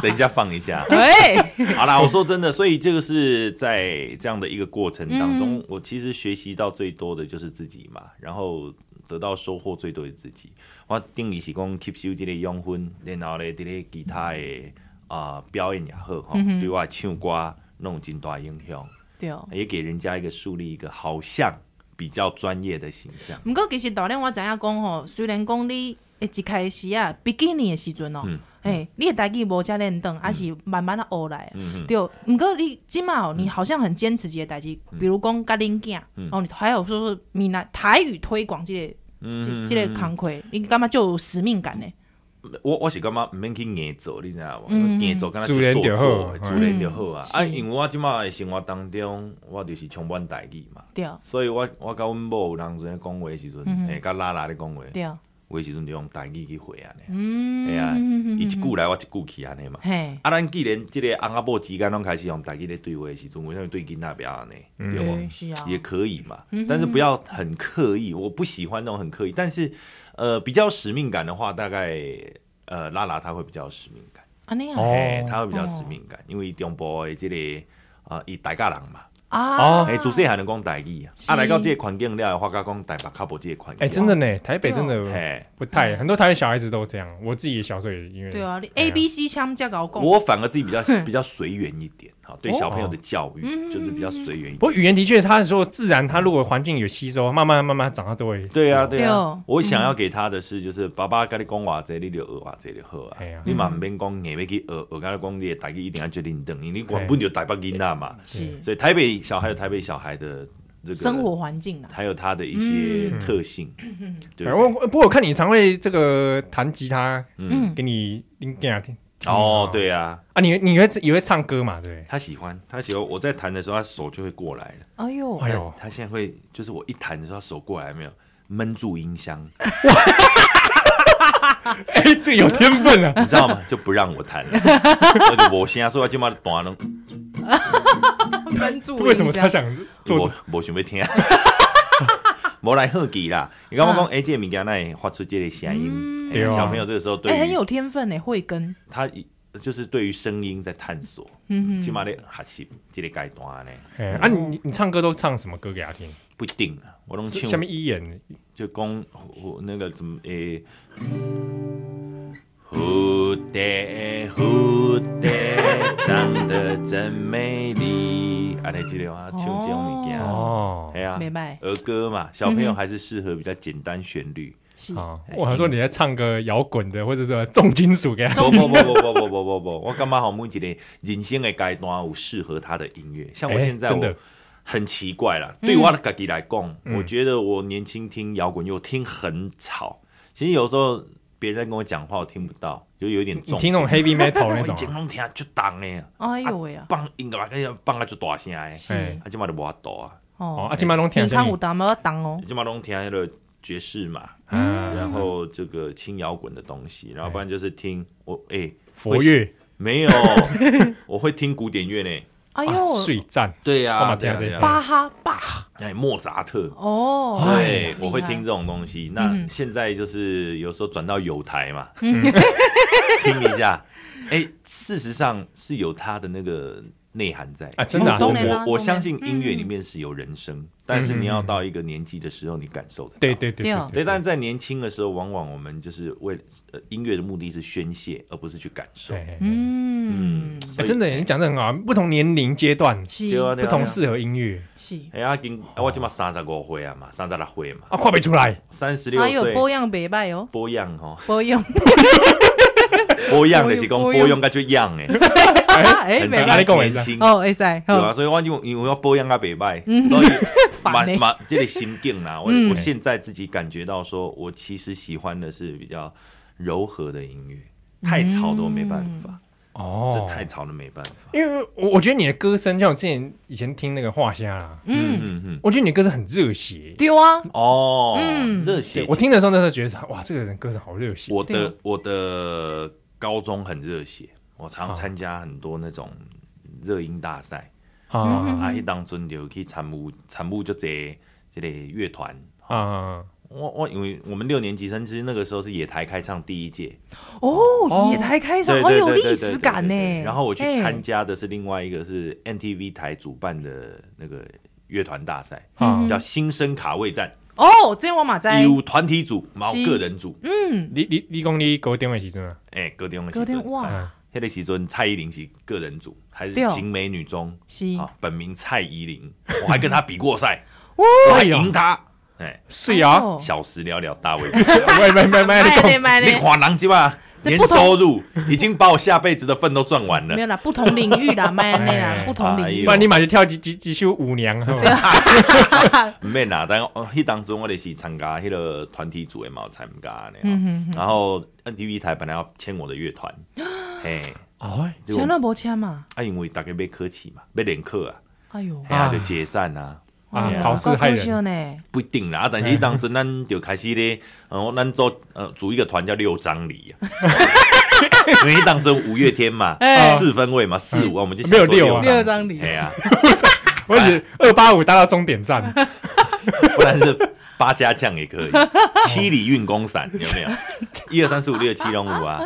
[SPEAKER 3] 等一下放一下
[SPEAKER 1] 哎，
[SPEAKER 3] 好啦，我说真的，所以这个是在这样的一个过程当中，
[SPEAKER 1] 嗯
[SPEAKER 3] 我其实学习到最多的就是自己嘛，然后得到收获最多的自己。我定义是讲吸收这个养分，然后咧这个其他的啊、表演也好哈，
[SPEAKER 1] 嗯
[SPEAKER 3] 对我的唱歌弄真大影响，
[SPEAKER 1] 对哦。
[SPEAKER 3] 也给人家一个树立一个好像比较专业的形象。
[SPEAKER 1] 毋过其实导演我知影讲吼，虽然讲你一开始啊，比基尼的时阵哦
[SPEAKER 3] 嗯，
[SPEAKER 1] 嘿，你的代志无遮练当，还是慢慢啊学来的。
[SPEAKER 3] 嗯嗯，
[SPEAKER 1] 对，毋过你即满哦，你好像很坚持一个代志，
[SPEAKER 3] 嗯
[SPEAKER 1] 比如讲甲恁囝哦，你还有说说闽南台语推广即个
[SPEAKER 3] 嗯
[SPEAKER 1] 即即个工课，你感觉就有使命感呢？
[SPEAKER 3] 我我是感觉毋免去硬做，你知影无？因为硬做敢若
[SPEAKER 2] 自然
[SPEAKER 3] 就
[SPEAKER 2] 嗯
[SPEAKER 3] 做
[SPEAKER 2] 就好
[SPEAKER 3] 做，
[SPEAKER 2] 嗯
[SPEAKER 3] 自然就好啊。
[SPEAKER 1] 是
[SPEAKER 3] 啊，因为我即马诶生活当中，我就是充满代志嘛，
[SPEAKER 1] 对
[SPEAKER 3] 所以我我甲阮某有当时咧讲话的时
[SPEAKER 2] 嗯
[SPEAKER 3] 阵，会甲拉拉咧讲话，
[SPEAKER 1] 对，
[SPEAKER 3] 有的时阵就用代志去回安尼，
[SPEAKER 1] 嗯，
[SPEAKER 3] 哎啊，伊一句来我一句去安尼嘛。
[SPEAKER 1] 嘿，
[SPEAKER 3] 啊，咱既然即个翁仔某之间拢开始用代志咧对话的时阵，为啥物对囡仔袂安
[SPEAKER 2] 嗯
[SPEAKER 3] 尼？对无
[SPEAKER 1] 对，？是啊，
[SPEAKER 3] 也可以嘛，但是不要很刻意，我不喜欢那种很刻意。但是，呃，比较使命感的话，大概呃，拉拉他会比较有使命感，
[SPEAKER 1] 安尼啊
[SPEAKER 2] 哦
[SPEAKER 3] 哎、他会比较有使命感，因为中部的这个啊，伊、大家人嘛，
[SPEAKER 1] 啊，
[SPEAKER 3] 哎、自细汉就讲台语啊，啊，来到这个环境了，发觉讲台北较无这个环境，
[SPEAKER 2] 哎，真的，呢，台北真
[SPEAKER 3] 嘿、
[SPEAKER 2] 的不太，很多台北小孩子都这样，我自己小时候也因为
[SPEAKER 1] 对啊，你
[SPEAKER 2] 哎呀
[SPEAKER 1] A B C 枪加搞讲，
[SPEAKER 3] 我反而自己比较比较随缘一点，好，对小朋友的教育、就是比较随缘一点。
[SPEAKER 2] 不过语言的确，他说自然，他如果环境有吸收，慢慢慢慢长大都会。
[SPEAKER 3] 对啊，对
[SPEAKER 1] 对
[SPEAKER 3] 啊
[SPEAKER 1] 哦，
[SPEAKER 3] 我想要给他的是，就是爸爸跟你讲话这，你就学话这就好啊
[SPEAKER 2] 哎呀。
[SPEAKER 3] 你嘛唔免讲硬要去学，学跟你讲你的台语一定要决定等，因为你原本就台北囡仔嘛。
[SPEAKER 1] 是
[SPEAKER 3] 所以台北小孩有台北小孩的这个
[SPEAKER 1] 生，活嗯环境啦，
[SPEAKER 3] 还有他的一些特性。对
[SPEAKER 2] 哎，我不过我看你常会这个弹吉他，
[SPEAKER 3] 嗯，
[SPEAKER 2] 给你你给他听。
[SPEAKER 3] 哦，对哦啊，
[SPEAKER 2] 啊，你你会也会唱歌嘛？对不
[SPEAKER 3] 他喜欢，他喜欢。我在弹的时候，他手就会过来了。
[SPEAKER 1] 哎呦
[SPEAKER 2] 对，，哎呦，
[SPEAKER 3] 他现在会，就是我一弹的时候，他手过来没有？闷住音箱，
[SPEAKER 2] 哎，这有天分 啊！
[SPEAKER 3] 你知道吗？就不让我弹了。 我就我现在说我今嘛弹了，
[SPEAKER 1] 关注
[SPEAKER 2] 为什么他想做
[SPEAKER 3] 我？我想要听， 无来好奇啦。
[SPEAKER 1] 嗯
[SPEAKER 3] 你跟我讲，哎、这个物件那发出这个声音，哎
[SPEAKER 2] 对啊
[SPEAKER 3] 小朋友这个时候对
[SPEAKER 1] 哎、
[SPEAKER 3] 于、
[SPEAKER 1] 很有天分呢，慧根，
[SPEAKER 3] 他一就是对于声音在探索，
[SPEAKER 1] 嗯
[SPEAKER 3] 起码咧学习这个阶段呢，
[SPEAKER 2] 哎，啊，你你唱歌都唱什么歌给他听？
[SPEAKER 3] 不一定啊。我拢
[SPEAKER 2] 下
[SPEAKER 3] 唱
[SPEAKER 2] 面一眼
[SPEAKER 3] 就讲我那个怎么诶。蝴蝶，蝴蝶长得真美丽。安尼这个啊，唱这种物件，
[SPEAKER 2] 哦
[SPEAKER 3] 哎，呀
[SPEAKER 1] 明白，嗯
[SPEAKER 3] 儿歌嘛，小朋友还是适合比较简单旋律。
[SPEAKER 1] 是，
[SPEAKER 2] 啊，我还说你在唱个摇滚的或者是重金属给他
[SPEAKER 3] 不不不不不不不不 不，我干嘛好每一个人生的阶段有适合他的音乐？像我
[SPEAKER 2] 哎
[SPEAKER 3] 现在
[SPEAKER 2] 真
[SPEAKER 3] 我
[SPEAKER 2] 的嗯
[SPEAKER 3] 很奇怪啦，
[SPEAKER 1] 嗯
[SPEAKER 3] 对我的自己来讲，我觉得我年轻听摇滚又听很吵，其实有时候别人在跟我讲话我听不到，就有一点
[SPEAKER 2] 你
[SPEAKER 3] 重。
[SPEAKER 2] 听那种 heavy metal
[SPEAKER 3] 我
[SPEAKER 2] 那
[SPEAKER 3] 以
[SPEAKER 2] 种
[SPEAKER 3] 前
[SPEAKER 2] 啊，
[SPEAKER 3] 拢听就重的，
[SPEAKER 1] 哎呦喂啊，
[SPEAKER 3] 放音乐个放啊就大声的，啊，
[SPEAKER 1] 是
[SPEAKER 2] 哎
[SPEAKER 3] 即嘛就无度啊，
[SPEAKER 2] 哦，
[SPEAKER 1] 哦，
[SPEAKER 2] 啊，起码拢听
[SPEAKER 1] 健
[SPEAKER 2] 得
[SPEAKER 1] 康
[SPEAKER 2] 见
[SPEAKER 1] 有淡薄重哦，
[SPEAKER 3] 即嘛拢听迄个爵士嘛，
[SPEAKER 2] 啊，
[SPEAKER 3] 然后这个轻摇滚的东西，然后不然就是听我
[SPEAKER 2] 嗯
[SPEAKER 3] 哎
[SPEAKER 2] 佛乐
[SPEAKER 3] 没有，我会听古典乐呢。
[SPEAKER 1] 哎
[SPEAKER 2] 啊
[SPEAKER 1] 呦，，
[SPEAKER 2] 睡赞
[SPEAKER 3] 对
[SPEAKER 2] 干
[SPEAKER 3] 呀，
[SPEAKER 2] 嘛听
[SPEAKER 3] 对
[SPEAKER 2] 啊
[SPEAKER 3] 呀，
[SPEAKER 2] 这
[SPEAKER 3] 对
[SPEAKER 2] 哎
[SPEAKER 3] 呀
[SPEAKER 2] 个
[SPEAKER 1] 巴哈巴哈，
[SPEAKER 3] 哎，莫扎特，
[SPEAKER 1] 哦，
[SPEAKER 3] 对
[SPEAKER 1] 厉，害
[SPEAKER 3] 我会听这，种东西。
[SPEAKER 2] 嗯
[SPEAKER 3] 那现在就是有时候转到有 台嘛，听一下。哎，事实上是有它的那个内涵在
[SPEAKER 2] 啊真的啊嗯
[SPEAKER 3] 我
[SPEAKER 2] 当然
[SPEAKER 1] 啦
[SPEAKER 3] 我我
[SPEAKER 1] 当然
[SPEAKER 3] 相信音乐里面是有人声，但是你要到一个年纪的时候，你感受得到。
[SPEAKER 2] 对对对
[SPEAKER 1] 对哦
[SPEAKER 3] 对，但是在年轻的时候，往往我们就是为了呃音乐的目的是宣泄，而不是去感受。
[SPEAKER 2] 哎，
[SPEAKER 1] 嗯，
[SPEAKER 2] 哎真的，你讲的很好，不同年龄阶段
[SPEAKER 1] 是
[SPEAKER 3] 对啊，
[SPEAKER 2] 不
[SPEAKER 3] 对啊
[SPEAKER 2] 同。适合音乐
[SPEAKER 1] 是，
[SPEAKER 3] 哎呀，今啊我今嘛三十五岁啊嘛，三十六岁嘛，
[SPEAKER 2] 啊，跨不出来，
[SPEAKER 3] 三十六
[SPEAKER 1] 哎呦，
[SPEAKER 3] 岁
[SPEAKER 1] 保养袂歹哦，
[SPEAKER 3] 保养吼，
[SPEAKER 1] 保养，
[SPEAKER 3] 保养就是讲
[SPEAKER 1] 保
[SPEAKER 3] 保
[SPEAKER 1] 养
[SPEAKER 3] 养，感觉样诶，
[SPEAKER 1] 哎，
[SPEAKER 3] 很
[SPEAKER 1] 没
[SPEAKER 2] 这样
[SPEAKER 1] 办
[SPEAKER 2] 你讲的
[SPEAKER 3] 年轻。
[SPEAKER 1] 哦，会塞，
[SPEAKER 3] 对啊，
[SPEAKER 1] 哦嗯
[SPEAKER 3] 所以我就因为我保养啊袂歹，所以
[SPEAKER 1] 烦
[SPEAKER 3] 蛮
[SPEAKER 1] 欸
[SPEAKER 3] 蛮这个心境啊啦。我
[SPEAKER 1] 嗯
[SPEAKER 3] 我现在自己感觉到说，我其实喜欢的是比较柔和的音乐，太吵的我没办法，这
[SPEAKER 2] 哦，
[SPEAKER 3] 太吵了没办法。
[SPEAKER 2] 因为我我觉得你的歌声，像我之前以前听那个画虾啊，
[SPEAKER 3] 嗯
[SPEAKER 1] 嗯，
[SPEAKER 3] 嗯嗯，
[SPEAKER 2] 我觉得你的歌声很热血。
[SPEAKER 1] 对啊，
[SPEAKER 3] 哦，
[SPEAKER 1] 嗯
[SPEAKER 3] 热血
[SPEAKER 2] 对，我听的时候那时候觉得哇，这个人歌声好热血。
[SPEAKER 3] 我
[SPEAKER 1] 对啊
[SPEAKER 3] 的我的高中很热血，我常参加很多那种热音大赛。
[SPEAKER 1] 嗯
[SPEAKER 2] 啊
[SPEAKER 3] 啊，迄当阵就去参与参与就这这个乐团。
[SPEAKER 2] 啊，
[SPEAKER 3] 我我因为我们六年级生，其实那个时候是野台开唱第一届，
[SPEAKER 1] 哦，野台开场，
[SPEAKER 3] 对
[SPEAKER 1] 好
[SPEAKER 3] 对
[SPEAKER 1] 有
[SPEAKER 3] 对
[SPEAKER 1] 历
[SPEAKER 3] 对对
[SPEAKER 1] 史
[SPEAKER 3] 对
[SPEAKER 1] 感
[SPEAKER 3] 对对
[SPEAKER 1] 呢。
[SPEAKER 3] 对然后我去
[SPEAKER 1] 哎
[SPEAKER 3] 参加的是另外一个是 NTV 台主办的那个乐团大赛，
[SPEAKER 1] 嗯
[SPEAKER 2] 啊
[SPEAKER 3] 叫新生卡位战，
[SPEAKER 1] 哦，这我嘛在，
[SPEAKER 3] 有团体组，毛
[SPEAKER 1] 是嗯
[SPEAKER 3] 个人组。
[SPEAKER 2] 你你你讲你给我电话时阵啊，
[SPEAKER 3] 哎，隔天
[SPEAKER 1] 隔
[SPEAKER 3] 隔
[SPEAKER 1] 天
[SPEAKER 3] 天
[SPEAKER 1] 哇，
[SPEAKER 3] 迄个时阵蔡依林是个人组，还是
[SPEAKER 1] 对哦嗯
[SPEAKER 3] 景美女中
[SPEAKER 1] 是
[SPEAKER 3] 啊，本名蔡依林，我还跟她比 过赛，我
[SPEAKER 2] 哎
[SPEAKER 3] 还
[SPEAKER 2] 呦，
[SPEAKER 3] 赢她。哎，
[SPEAKER 2] 是啊，
[SPEAKER 1] 哦哎
[SPEAKER 3] 小时了了， 大卫。
[SPEAKER 2] 没没没没，
[SPEAKER 1] 卖嘞
[SPEAKER 2] 你
[SPEAKER 1] 卖
[SPEAKER 3] 你
[SPEAKER 1] 嘞，
[SPEAKER 3] 看人鸡吧，
[SPEAKER 1] 这
[SPEAKER 3] 年
[SPEAKER 1] 不同
[SPEAKER 3] 收入已经把我下辈子的份都赚完了
[SPEAKER 1] 没。有啦，不同领域 啦，卖嘞啦
[SPEAKER 2] 哎，
[SPEAKER 1] 不同领
[SPEAKER 2] 讲，
[SPEAKER 1] 域
[SPEAKER 2] 不。然你马上跳几几几首舞娘，
[SPEAKER 1] 啊
[SPEAKER 3] 唔免啦，但哦，迄当中我哋是参加迄个团体组的嘛，有参加呢。
[SPEAKER 1] 嗯
[SPEAKER 3] 然后 NTV 台本来要签我的乐 团，嘿，
[SPEAKER 2] 哦，
[SPEAKER 3] 结
[SPEAKER 1] 哼，
[SPEAKER 3] 果
[SPEAKER 1] 小那无签嘛，
[SPEAKER 3] 啊，因为大家要科起嘛，要练课啊，
[SPEAKER 1] 哎呦，
[SPEAKER 3] 嘿啊
[SPEAKER 2] 啊
[SPEAKER 3] 就解散啊。
[SPEAKER 2] 啊
[SPEAKER 3] 哎呀
[SPEAKER 2] 考试害人
[SPEAKER 1] 人呢，
[SPEAKER 3] 不一定啦，啊但是
[SPEAKER 2] 哎
[SPEAKER 3] 迄当时咱就开始咧，呃，咱做呃组一个团叫六张里 啊，因为迄当时五月天嘛
[SPEAKER 1] 哎，
[SPEAKER 3] 四分位嘛，四五啊，我们就
[SPEAKER 2] 没有六啊
[SPEAKER 3] 六
[SPEAKER 1] 六张里
[SPEAKER 3] 哎呀，
[SPEAKER 2] 我只二八五搭到终点站，
[SPEAKER 3] 不然是八家将也可以，
[SPEAKER 2] 哦
[SPEAKER 3] 七里运功伞有 没有？一二三四五六七龙五啊，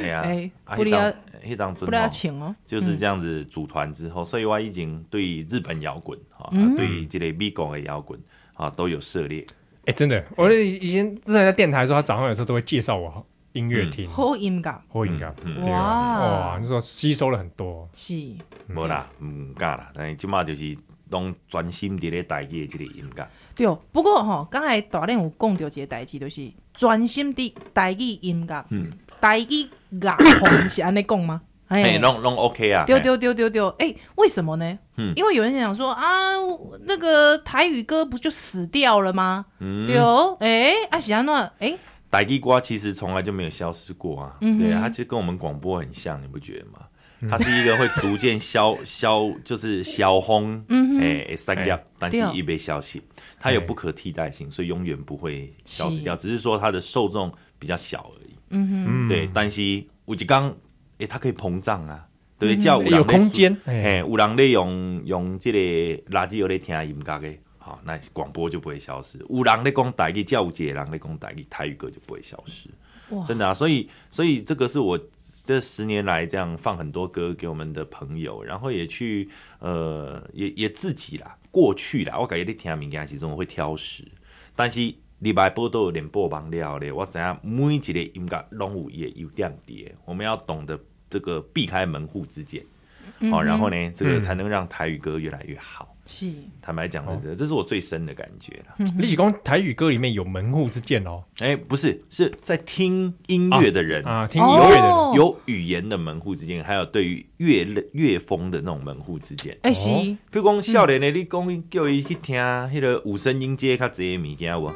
[SPEAKER 3] 哎呀
[SPEAKER 1] 哎，
[SPEAKER 3] 啊
[SPEAKER 1] 不
[SPEAKER 3] 那
[SPEAKER 1] 了
[SPEAKER 3] 当那当
[SPEAKER 1] 不
[SPEAKER 3] 尊
[SPEAKER 1] 了要
[SPEAKER 3] 哦，
[SPEAKER 1] 请哦，
[SPEAKER 3] 就是这样子组团之后，所以我已经对日本摇滚啊，
[SPEAKER 1] 嗯
[SPEAKER 3] 对这类美国的摇滚啊都有涉猎。
[SPEAKER 2] 哎，真的，我以前之前在电台的时候，他早上有时候都会介绍我音乐厅
[SPEAKER 1] 嗯好音感，
[SPEAKER 2] 或音乐，
[SPEAKER 3] 嗯
[SPEAKER 2] 对啊哇，那时候吸收了很多，
[SPEAKER 1] 是，
[SPEAKER 3] 无啦，唔敢啦，但是即马就是拢专心伫咧家己的这个音乐。
[SPEAKER 1] 对哦。不过吼，刚才大练有讲到一个代志，就是专心的台语音乐，
[SPEAKER 3] 嗯
[SPEAKER 1] 台语乐红是安尼讲 吗？
[SPEAKER 3] 哎，拢拢 OK 啊。
[SPEAKER 1] 丢
[SPEAKER 3] 嘿，
[SPEAKER 1] 丢丢丢丢！哎、为什么呢？
[SPEAKER 3] 嗯
[SPEAKER 1] 因为有人想说啊，那个台语歌不就死掉了吗？
[SPEAKER 3] 嗯
[SPEAKER 1] 对哦，哎、啊喜安诺，哎、
[SPEAKER 3] 台语歌其实从来就没有消失过啊。对啊，它就跟我们广播很像，你不觉得吗？它是一个会逐渐消 消，就是消风，哎，会散掉
[SPEAKER 2] 哎，
[SPEAKER 3] 但是
[SPEAKER 1] 对哦
[SPEAKER 3] 一被消息，它有不可替代性，所以永远不会消失掉，只是说它的受众比较小而已。
[SPEAKER 2] 嗯，
[SPEAKER 3] 对，，但是有一刚，哎，它可以膨胀啊，对不对？叫
[SPEAKER 2] 有空间，哎，
[SPEAKER 3] 嘿，有人咧用用即个垃圾油咧听音乐嘅，好，那广播就不会消失。有人咧讲台语，叫有一个人咧讲台语，台语歌就不会消失。
[SPEAKER 1] 哇
[SPEAKER 3] 真的啊，所以所以这个是我这十年来这样放很多歌给我们的朋友，然后也去呃也也自己啦，过去啦，我感觉你听物件时阵我会挑食，但是。礼拜播都有点播完了咧，我知影每一个音乐拢有伊的优点伫的，我们要懂得这个避开门户之见。好、然后呢，这个才能让台语歌越来越好。
[SPEAKER 1] 是
[SPEAKER 3] 坦白讲，这这是我最深的感觉了。
[SPEAKER 1] 嗯
[SPEAKER 2] 李启光台语歌里面有门户之见哦，
[SPEAKER 3] 哎、不是，是在听音乐的
[SPEAKER 1] 嗯
[SPEAKER 3] 人、
[SPEAKER 2] 啊，听音乐的，
[SPEAKER 1] 哦
[SPEAKER 3] 有语言的门户之间，还有对于乐类乐风的那种门户之间。
[SPEAKER 1] 哎、是
[SPEAKER 3] 比如讲，少年的你讲叫伊去听迄个五声音阶较济的物件有无？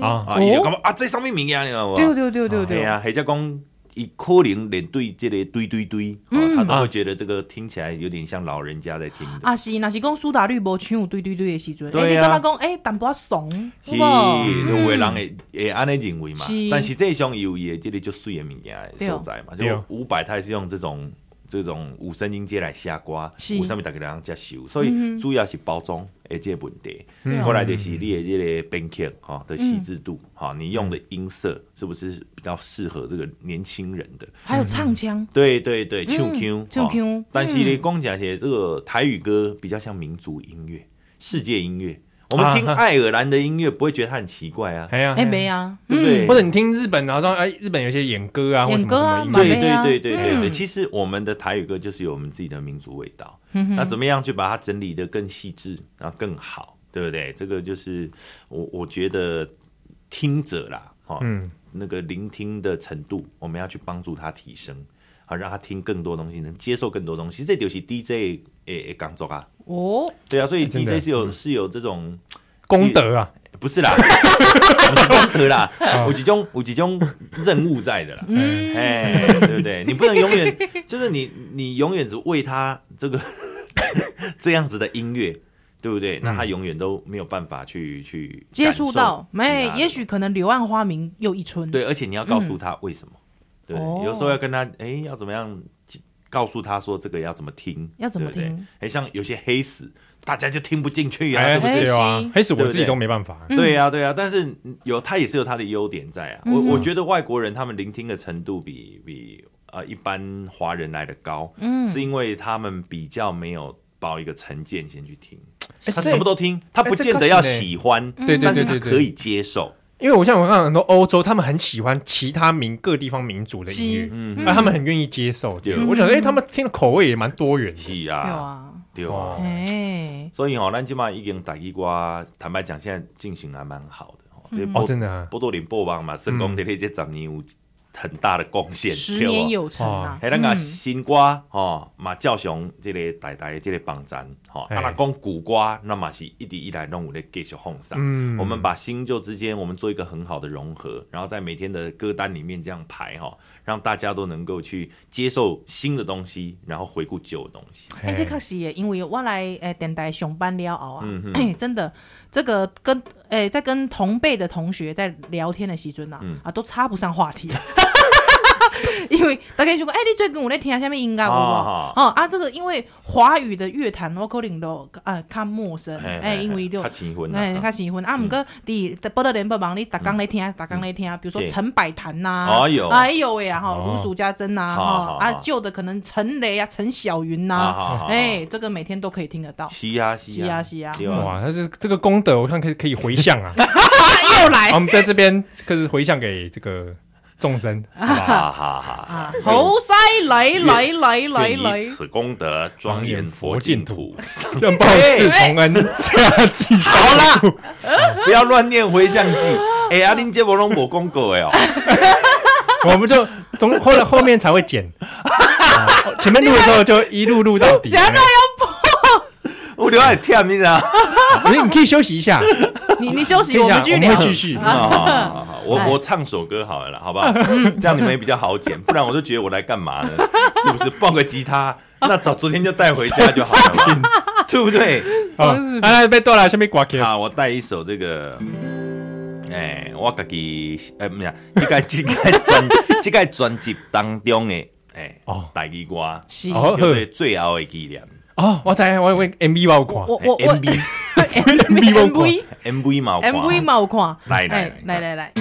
[SPEAKER 1] 哦
[SPEAKER 2] 啊，
[SPEAKER 3] 啊，伊、就感觉啊，这上面物件你有无？
[SPEAKER 1] 对对对对
[SPEAKER 3] 对
[SPEAKER 1] 对，
[SPEAKER 3] 啊，或者讲。伊可能连对这个堆堆堆，哦，
[SPEAKER 1] 嗯
[SPEAKER 3] 他都会觉得这个听起来有点像老人家在听的。
[SPEAKER 1] 啊是，若是讲苏打绿无唱有对对对的时阵，哎、
[SPEAKER 3] 对
[SPEAKER 1] 你
[SPEAKER 3] 啊
[SPEAKER 1] 感觉讲哎淡薄仔怂，
[SPEAKER 3] 是，
[SPEAKER 1] 有
[SPEAKER 3] 嗯
[SPEAKER 1] 无？
[SPEAKER 3] 就有的人会会安尼认为嘛
[SPEAKER 1] 嗯是，哦
[SPEAKER 3] 但实际上伊有伊的这个就水的物件的所在嘛，
[SPEAKER 2] 对
[SPEAKER 3] 就五百它是用这种这种五声音阶来下瓜，
[SPEAKER 1] 是嗯
[SPEAKER 3] 有上面大家人接受，所以主要是包装诶这个问题
[SPEAKER 1] 对哦。嗯
[SPEAKER 3] 后来就是你的这个编曲哈的细致度哈，你用的音色是不是比较适合这个年轻人的？
[SPEAKER 1] 还有唱腔，
[SPEAKER 3] 对对对，唱
[SPEAKER 1] 嗯
[SPEAKER 3] Q 哦
[SPEAKER 1] 唱腔嗯
[SPEAKER 3] 但是呢，光讲些这个台语歌比较像民族音乐、世界音乐。我们听
[SPEAKER 2] 啊
[SPEAKER 3] 爱尔兰的音乐不会觉得它很奇怪啊，
[SPEAKER 2] 哎呀，
[SPEAKER 1] 哎、没啊，
[SPEAKER 3] 对不对？
[SPEAKER 2] 或者你听日本，然后说哎，日本有些演歌啊，或
[SPEAKER 1] 演
[SPEAKER 2] 什么
[SPEAKER 1] 歌啊
[SPEAKER 2] 什么音
[SPEAKER 1] 马
[SPEAKER 2] 乐
[SPEAKER 3] 对
[SPEAKER 1] 贝啊
[SPEAKER 3] 对对对对对，
[SPEAKER 1] 嗯
[SPEAKER 3] 其实我们的台语歌就是有我们自己的民族味道。
[SPEAKER 1] 嗯
[SPEAKER 3] 那怎么样去把它整理的更细致，然后更好，对不对？这个就是我我觉得听者啦，哈，
[SPEAKER 2] 嗯
[SPEAKER 3] 那个聆听的程度，我们要去帮助他提升，好让他听更多东西，能接受更多东西。这就是 DJ 诶工作啊，
[SPEAKER 1] 哦，
[SPEAKER 3] 对啊，所以
[SPEAKER 2] 哎真的嗯
[SPEAKER 3] DJ 是有是有这种
[SPEAKER 2] 功德啊，
[SPEAKER 3] 不是啦，不是功德 啦，有几种有几种任务在的啦。
[SPEAKER 1] 嗯，
[SPEAKER 3] 哎，对不对？你不能永远就是你，你永远只为他这个 这样子的音乐，对不对？那他永远都没有办法去去
[SPEAKER 1] 接
[SPEAKER 3] 感
[SPEAKER 1] 触
[SPEAKER 3] 受
[SPEAKER 1] 到
[SPEAKER 3] 其他
[SPEAKER 1] 没？
[SPEAKER 3] 的
[SPEAKER 1] 也许可能柳暗花明又一村。
[SPEAKER 3] 对，而且你要告诉他为什么，对不对
[SPEAKER 1] 哦
[SPEAKER 3] 有时候要跟他哎要怎么样。告诉他说这个要怎么听，
[SPEAKER 1] 要怎么
[SPEAKER 3] 对不对
[SPEAKER 1] 听？
[SPEAKER 3] 哎，像有些黑死，大家就听不进去啊，
[SPEAKER 2] 哎，
[SPEAKER 3] 是不是？
[SPEAKER 1] 哎
[SPEAKER 2] 对啊
[SPEAKER 1] 是，
[SPEAKER 2] 黑死
[SPEAKER 3] 对
[SPEAKER 2] 我
[SPEAKER 3] 不
[SPEAKER 2] 自己
[SPEAKER 3] 对
[SPEAKER 2] 都没办法，
[SPEAKER 3] 对呀、对呀、啊但是有他也是有他的优点在啊。我我觉得外国人他们聆听的程度比比呃一般华人来的高，嗯，是因为他们比较没有抱一个成见先去听，他什么都听，他不见得要喜欢，
[SPEAKER 2] 对对
[SPEAKER 3] 但是
[SPEAKER 2] 对
[SPEAKER 3] 他
[SPEAKER 2] 对
[SPEAKER 3] 可
[SPEAKER 2] 对，
[SPEAKER 3] 以接受。
[SPEAKER 2] 因为我像我看很多欧洲，他们很喜欢其他民各地方民族的音乐，
[SPEAKER 3] 嗯，
[SPEAKER 2] 啊，他们很愿意接受。对
[SPEAKER 3] 对，
[SPEAKER 2] 我想，哎，他们听的口味也蛮多元的。
[SPEAKER 3] 是
[SPEAKER 1] 对
[SPEAKER 3] 啊，
[SPEAKER 1] 啊，
[SPEAKER 3] 对啊
[SPEAKER 2] 哇。
[SPEAKER 1] 哎，
[SPEAKER 3] 所以哦，咱今嘛已经打一瓜，坦白讲，现在进行还蛮好的哦。这
[SPEAKER 2] 哦，
[SPEAKER 3] 波
[SPEAKER 2] 真的啊，
[SPEAKER 3] 波多林波邦嘛，圣
[SPEAKER 2] 嗯
[SPEAKER 3] 公的那些长年有很大的贡献，
[SPEAKER 1] 十
[SPEAKER 3] 对不
[SPEAKER 1] 年有成啊
[SPEAKER 2] 哇，
[SPEAKER 3] 哦迄咱个
[SPEAKER 1] 嗯
[SPEAKER 3] 新歌吼，嘛照常即个大大的即个榜站吼，啊
[SPEAKER 2] 嘿
[SPEAKER 3] 若讲古歌，那嘛是一直以来拢有咧继续奉上。
[SPEAKER 2] 嗯
[SPEAKER 3] 我们把新旧之间，我们做一个很好的融合，然后在每天的歌单里面这样排哈，让大家都能够去接受新的东西，然后回顾旧的东西。
[SPEAKER 1] 哎、这
[SPEAKER 2] 嘿
[SPEAKER 1] 确实耶，因为我来诶、呃电台上班了后啊，
[SPEAKER 3] 嗯哼
[SPEAKER 1] 哎真的，这个跟诶、在跟同辈的同学在聊天的时阵啊，啊都插不上话题。啊 因为大家想讲，哎、你最近有在听下面音乐有无？
[SPEAKER 3] 哦
[SPEAKER 1] 哦啊，这个因为华语的乐坛我可能都呃较陌生，
[SPEAKER 3] 嘿
[SPEAKER 1] 哎、因为就
[SPEAKER 3] 较结婚
[SPEAKER 1] 哎，
[SPEAKER 3] 啦，
[SPEAKER 1] 较喜欢啊，毋过伫在报道联播网，你逐工咧听，逐工咧听，啊比如说
[SPEAKER 3] 是
[SPEAKER 1] 陈百潭呐，
[SPEAKER 3] 哎呦
[SPEAKER 1] 嗯哎呦喂啊，吼，
[SPEAKER 2] 哦
[SPEAKER 1] 如数家珍呐，
[SPEAKER 3] 好
[SPEAKER 1] 哈
[SPEAKER 3] 好
[SPEAKER 1] 啊
[SPEAKER 3] 好，
[SPEAKER 1] 旧的可能陈雷啊，陈小云
[SPEAKER 3] 好
[SPEAKER 1] 呐，
[SPEAKER 3] 好好，，
[SPEAKER 1] 哎，这个每天都可以听得到
[SPEAKER 3] 是啊是啊
[SPEAKER 1] 是啊是啊
[SPEAKER 3] 对
[SPEAKER 2] 哇，他是这个功德，我看可以可以回向啊。
[SPEAKER 1] 又
[SPEAKER 2] 好
[SPEAKER 1] 来
[SPEAKER 3] 哦
[SPEAKER 2] 我们在这边可是回向给这个众生。
[SPEAKER 3] 哈哈哈。
[SPEAKER 1] 啊，猴塞来来来来
[SPEAKER 3] 愿
[SPEAKER 1] 来
[SPEAKER 3] 以，此功德庄严佛净土。
[SPEAKER 2] 愿报四重恩，下济好啦，
[SPEAKER 3] 不要乱念回向记。哎、阿玲姐无拢无讲过的哦，
[SPEAKER 2] 我们就从后来后面才会 剪，啊前面录的时候就一路录到底。
[SPEAKER 1] 想到
[SPEAKER 3] 我留爱忝，你知道？
[SPEAKER 2] 不是你可以休息一下，
[SPEAKER 1] 你你休息，
[SPEAKER 2] 休息一下
[SPEAKER 1] 们继
[SPEAKER 2] 我
[SPEAKER 1] 续聊
[SPEAKER 2] 们会继续。
[SPEAKER 3] 哦好好好好好我
[SPEAKER 1] 哎
[SPEAKER 3] 我唱首歌好了啦，好不好？这样你们也比较好剪，不然我就觉得我来干嘛呢？是不是抱个吉他？那早昨天就带回家就好了嘛，对不对？
[SPEAKER 2] 好，哦来来被断了，下面挂给。
[SPEAKER 3] 好，我带一首这个。哎、我自己哎，不是啊，这个这个专这个专辑当中的哎、
[SPEAKER 2] 哦
[SPEAKER 3] 大吉歌，
[SPEAKER 1] 是
[SPEAKER 2] 哦
[SPEAKER 3] 叫做最后的纪念
[SPEAKER 2] 哦，我知道，我我 MV 我有看，
[SPEAKER 1] 我
[SPEAKER 3] 哎
[SPEAKER 1] 我我
[SPEAKER 3] MV
[SPEAKER 1] MV
[SPEAKER 3] MV 嘛有看
[SPEAKER 1] MV 嘛有看，
[SPEAKER 3] 来来
[SPEAKER 1] 哎来来来，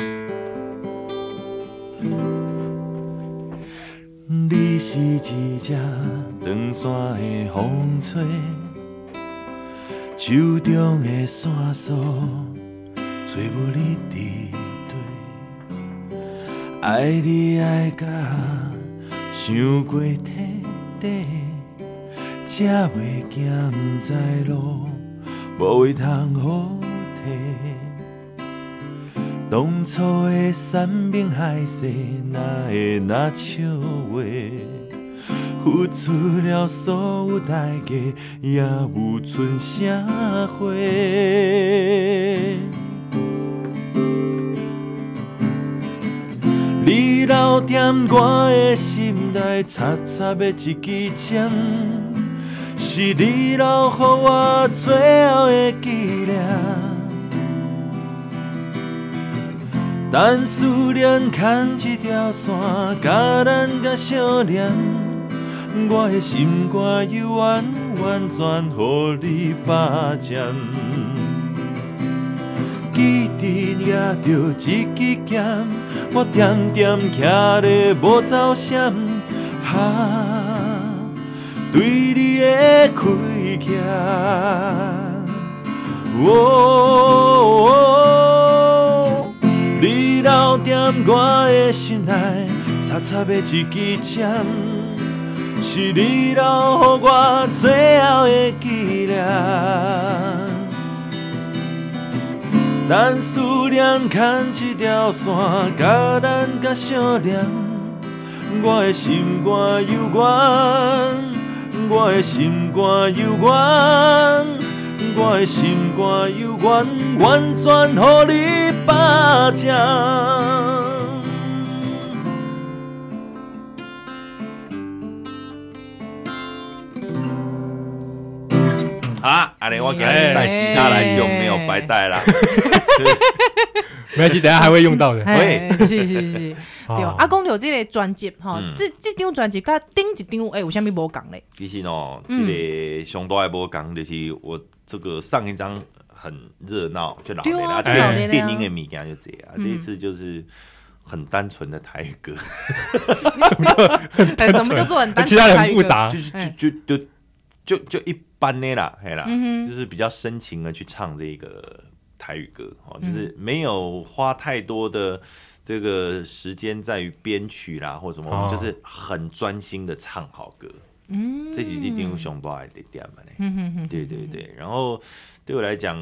[SPEAKER 3] 你是一只长线的风吹，手中的线索找无你伫底。爱你爱甲想过彻底，才袂行不知路，无位通好退。当初的山盟海誓，哪会那笑话？付出了所有代价，也无存啥货。你留在我的心内，插插的一支针，是你留给我最后的纪念。但思念牵一条线，甲咱甲相连，我的心肝犹原完全乎你霸占。记得抓着一支剑，我点点徛咧无走闪，哈、对你的亏欠。哦，你留在我的心内，插插的一支针，是你留给我最后的纪念。咱思念牵一条线，甲咱甲相连。我的心肝有缘，我的心肝有缘，我的心肝有缘，完全乎你把掌。啊！安尼我给他带下来就没有白带啦。
[SPEAKER 2] 没关系，等一下还会用到的。
[SPEAKER 1] 哎，是是 是，对。
[SPEAKER 2] 哦
[SPEAKER 1] 啊，讲到这个专辑吼
[SPEAKER 3] 嗯，
[SPEAKER 1] 这这张专辑甲顶一张哎诶有啥物无共 咧？
[SPEAKER 3] 其实哦，
[SPEAKER 1] 嗯
[SPEAKER 3] 这个上大的无讲就是我这个上一张很热闹，就老年啦，就
[SPEAKER 1] 对
[SPEAKER 2] 啊就老
[SPEAKER 1] 年
[SPEAKER 3] 是
[SPEAKER 1] 啊
[SPEAKER 3] 电音的物件就这样。啊
[SPEAKER 1] 嗯
[SPEAKER 3] 这一次就是很单纯的台语歌，
[SPEAKER 1] 哎什么叫做很单
[SPEAKER 2] 其
[SPEAKER 1] 纯的
[SPEAKER 2] 他
[SPEAKER 1] 台
[SPEAKER 2] 人很
[SPEAKER 1] 语
[SPEAKER 2] 复
[SPEAKER 1] 歌？
[SPEAKER 2] 杂
[SPEAKER 3] 就，是
[SPEAKER 1] 哎
[SPEAKER 3] 就就就就就一般的啦，嘿啦，
[SPEAKER 1] 嗯
[SPEAKER 3] 就是比较深情的去唱这个台语歌
[SPEAKER 1] 嗯
[SPEAKER 3] 哦，就是没有花太多的这个时间在于编曲啦或什么，
[SPEAKER 2] 哦
[SPEAKER 3] 就是很专心的唱好歌。
[SPEAKER 1] 嗯
[SPEAKER 3] 这是一张上大的特点嘛呢。
[SPEAKER 1] 嗯哼哼，
[SPEAKER 3] 对对对，然后对我来讲，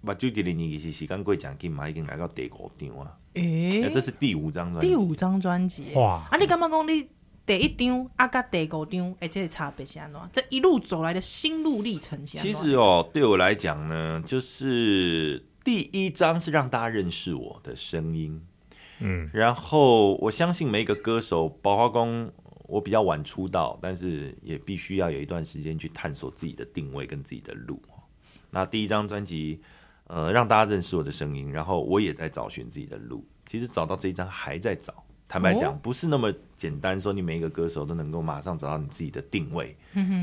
[SPEAKER 3] 目睭一个年其实时间过奖金嘛，已经来到第五张啊，
[SPEAKER 1] 诶
[SPEAKER 3] 哎，这是第五张专辑。
[SPEAKER 1] 第五张专辑，
[SPEAKER 2] 哇
[SPEAKER 1] 啊，你感觉讲你第一张啊，甲第五张，诶，这个差别是安怎？这一路走来的心路历程是安
[SPEAKER 3] 其
[SPEAKER 1] 怎？
[SPEAKER 3] 实哦，对我来讲呢，就是第一张是让大家认识我的声音，
[SPEAKER 2] 嗯，
[SPEAKER 3] 然后我相信每一个歌手，包括公，我比较晚出道，但是也必须要有一段时间去探索自己的定位跟自己的路。哦那第一张专辑，呃，让大家认识我的声音，然后我也在找寻自己的路。其实找到这一张还在找，坦白讲，
[SPEAKER 1] 哦
[SPEAKER 3] 不是那么简单，说你每一个歌手都能够马上找到你自己的定位，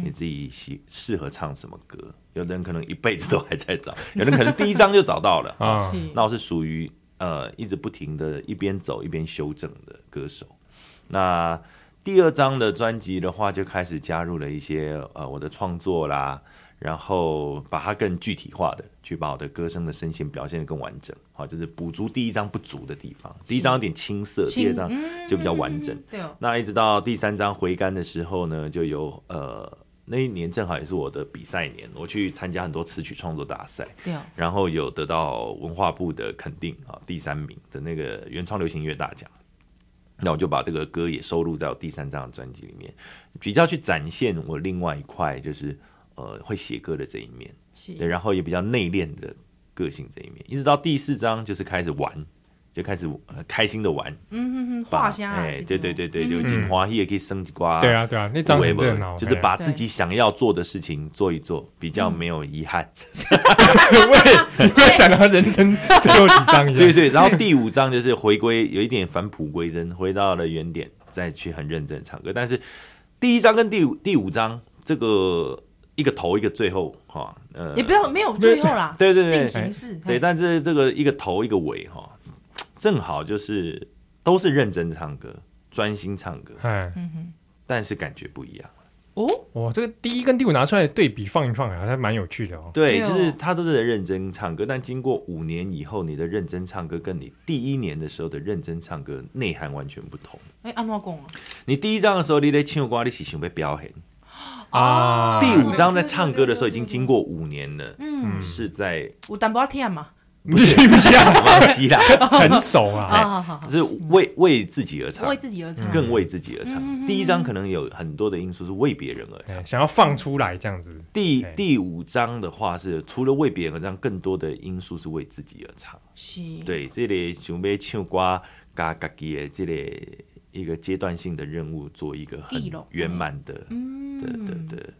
[SPEAKER 3] 你自己喜适合唱什么歌。有的人可能一辈子都还在找，有的人可能第一张就找到了。
[SPEAKER 2] 啊，
[SPEAKER 1] 是
[SPEAKER 3] 那我是属于呃一直不停的一边走一边修正的歌手。那第二张的专辑的话，就开始加入了一些呃我的创作啦，然后把它更具体化的去把我的歌声的声线表现得更完整，好，就是补足第一张不足的地方。第一张有点青涩，第
[SPEAKER 1] 清
[SPEAKER 3] 二张就比较完整。
[SPEAKER 1] 对哦，
[SPEAKER 3] 那一直到第三章回甘的时候呢，就有呃那一年正好也是我的比赛年，我去参加很多词曲创作大赛，
[SPEAKER 1] 对哦，
[SPEAKER 3] 然后有得到文化部的肯定啊，第三名的那个原创流行音乐大奖。那我就把这个歌也收录在我第三张的专辑里面，比较去展现我另外一块就是呃会写歌的这一面，对，
[SPEAKER 1] 是
[SPEAKER 3] 然后也比较内敛的个性这一面，一直到第四章就是开始玩，就开始、呃、开心的玩，
[SPEAKER 1] 嗯哼哼，
[SPEAKER 3] 把
[SPEAKER 1] 画虾啊，
[SPEAKER 3] 哎、
[SPEAKER 1] 这个
[SPEAKER 3] 对对对对，就精华也可以升级瓜，
[SPEAKER 2] 对啊对啊，那张
[SPEAKER 3] 微
[SPEAKER 2] 很
[SPEAKER 3] 博
[SPEAKER 2] 热闹，
[SPEAKER 3] 就是
[SPEAKER 2] 哎
[SPEAKER 3] 把自己想要做的事情做一做，比较没有遗憾。
[SPEAKER 2] 喂，不要讲到人 生最后几张一
[SPEAKER 3] 对
[SPEAKER 2] 样。
[SPEAKER 3] 对，然后第五章就是回归，有一点返璞归真，回到了原点，再去很认真地唱歌。但是第一章跟第五第五章这个一个头一个最后哈，呃，
[SPEAKER 1] 也不要没有最后啦，
[SPEAKER 3] 对对对
[SPEAKER 1] 进行式，
[SPEAKER 3] 对，但是这个一个头一个尾哈，正好就是都是认真唱歌，专心唱歌，
[SPEAKER 2] 哎，
[SPEAKER 1] 嗯
[SPEAKER 3] 但是感觉不一样。
[SPEAKER 1] 哦，
[SPEAKER 2] 我这个第一跟第五拿出来对比放一放，好像蛮有趣 的哦。
[SPEAKER 3] 对，
[SPEAKER 1] 对哦
[SPEAKER 3] 就是他都是在认真唱歌，但经过五年以后，你的认真唱歌跟你第一年的时候的认真唱歌内涵完全不同。
[SPEAKER 1] 哎，安怎讲啊？
[SPEAKER 3] 你第一章的时候，你在唱歌，你是想要表现；
[SPEAKER 2] 啊，
[SPEAKER 3] 第五章在唱歌的时候，已经经过五年了，嗯，是在
[SPEAKER 1] 有淡薄仔忝嘛，
[SPEAKER 2] 不是不是啊，
[SPEAKER 3] 马来西亚，
[SPEAKER 2] 成熟啊，
[SPEAKER 3] 哎
[SPEAKER 1] 啊，好好好，
[SPEAKER 3] 是为为自己而唱
[SPEAKER 1] 为，自己而唱，
[SPEAKER 3] 更为自己而唱。第一章可能有很多的因素是为别人而唱。
[SPEAKER 2] 哎想要放出来这样子。
[SPEAKER 3] 第
[SPEAKER 2] 哎
[SPEAKER 3] 第五章的话是，除了为别人而唱，更多的因素是为自己而唱。
[SPEAKER 1] 是，
[SPEAKER 3] 对，这个想要唱歌加家己的这个一个阶段性的任务，做一个很
[SPEAKER 1] 记录嗯
[SPEAKER 3] 圆满的的的的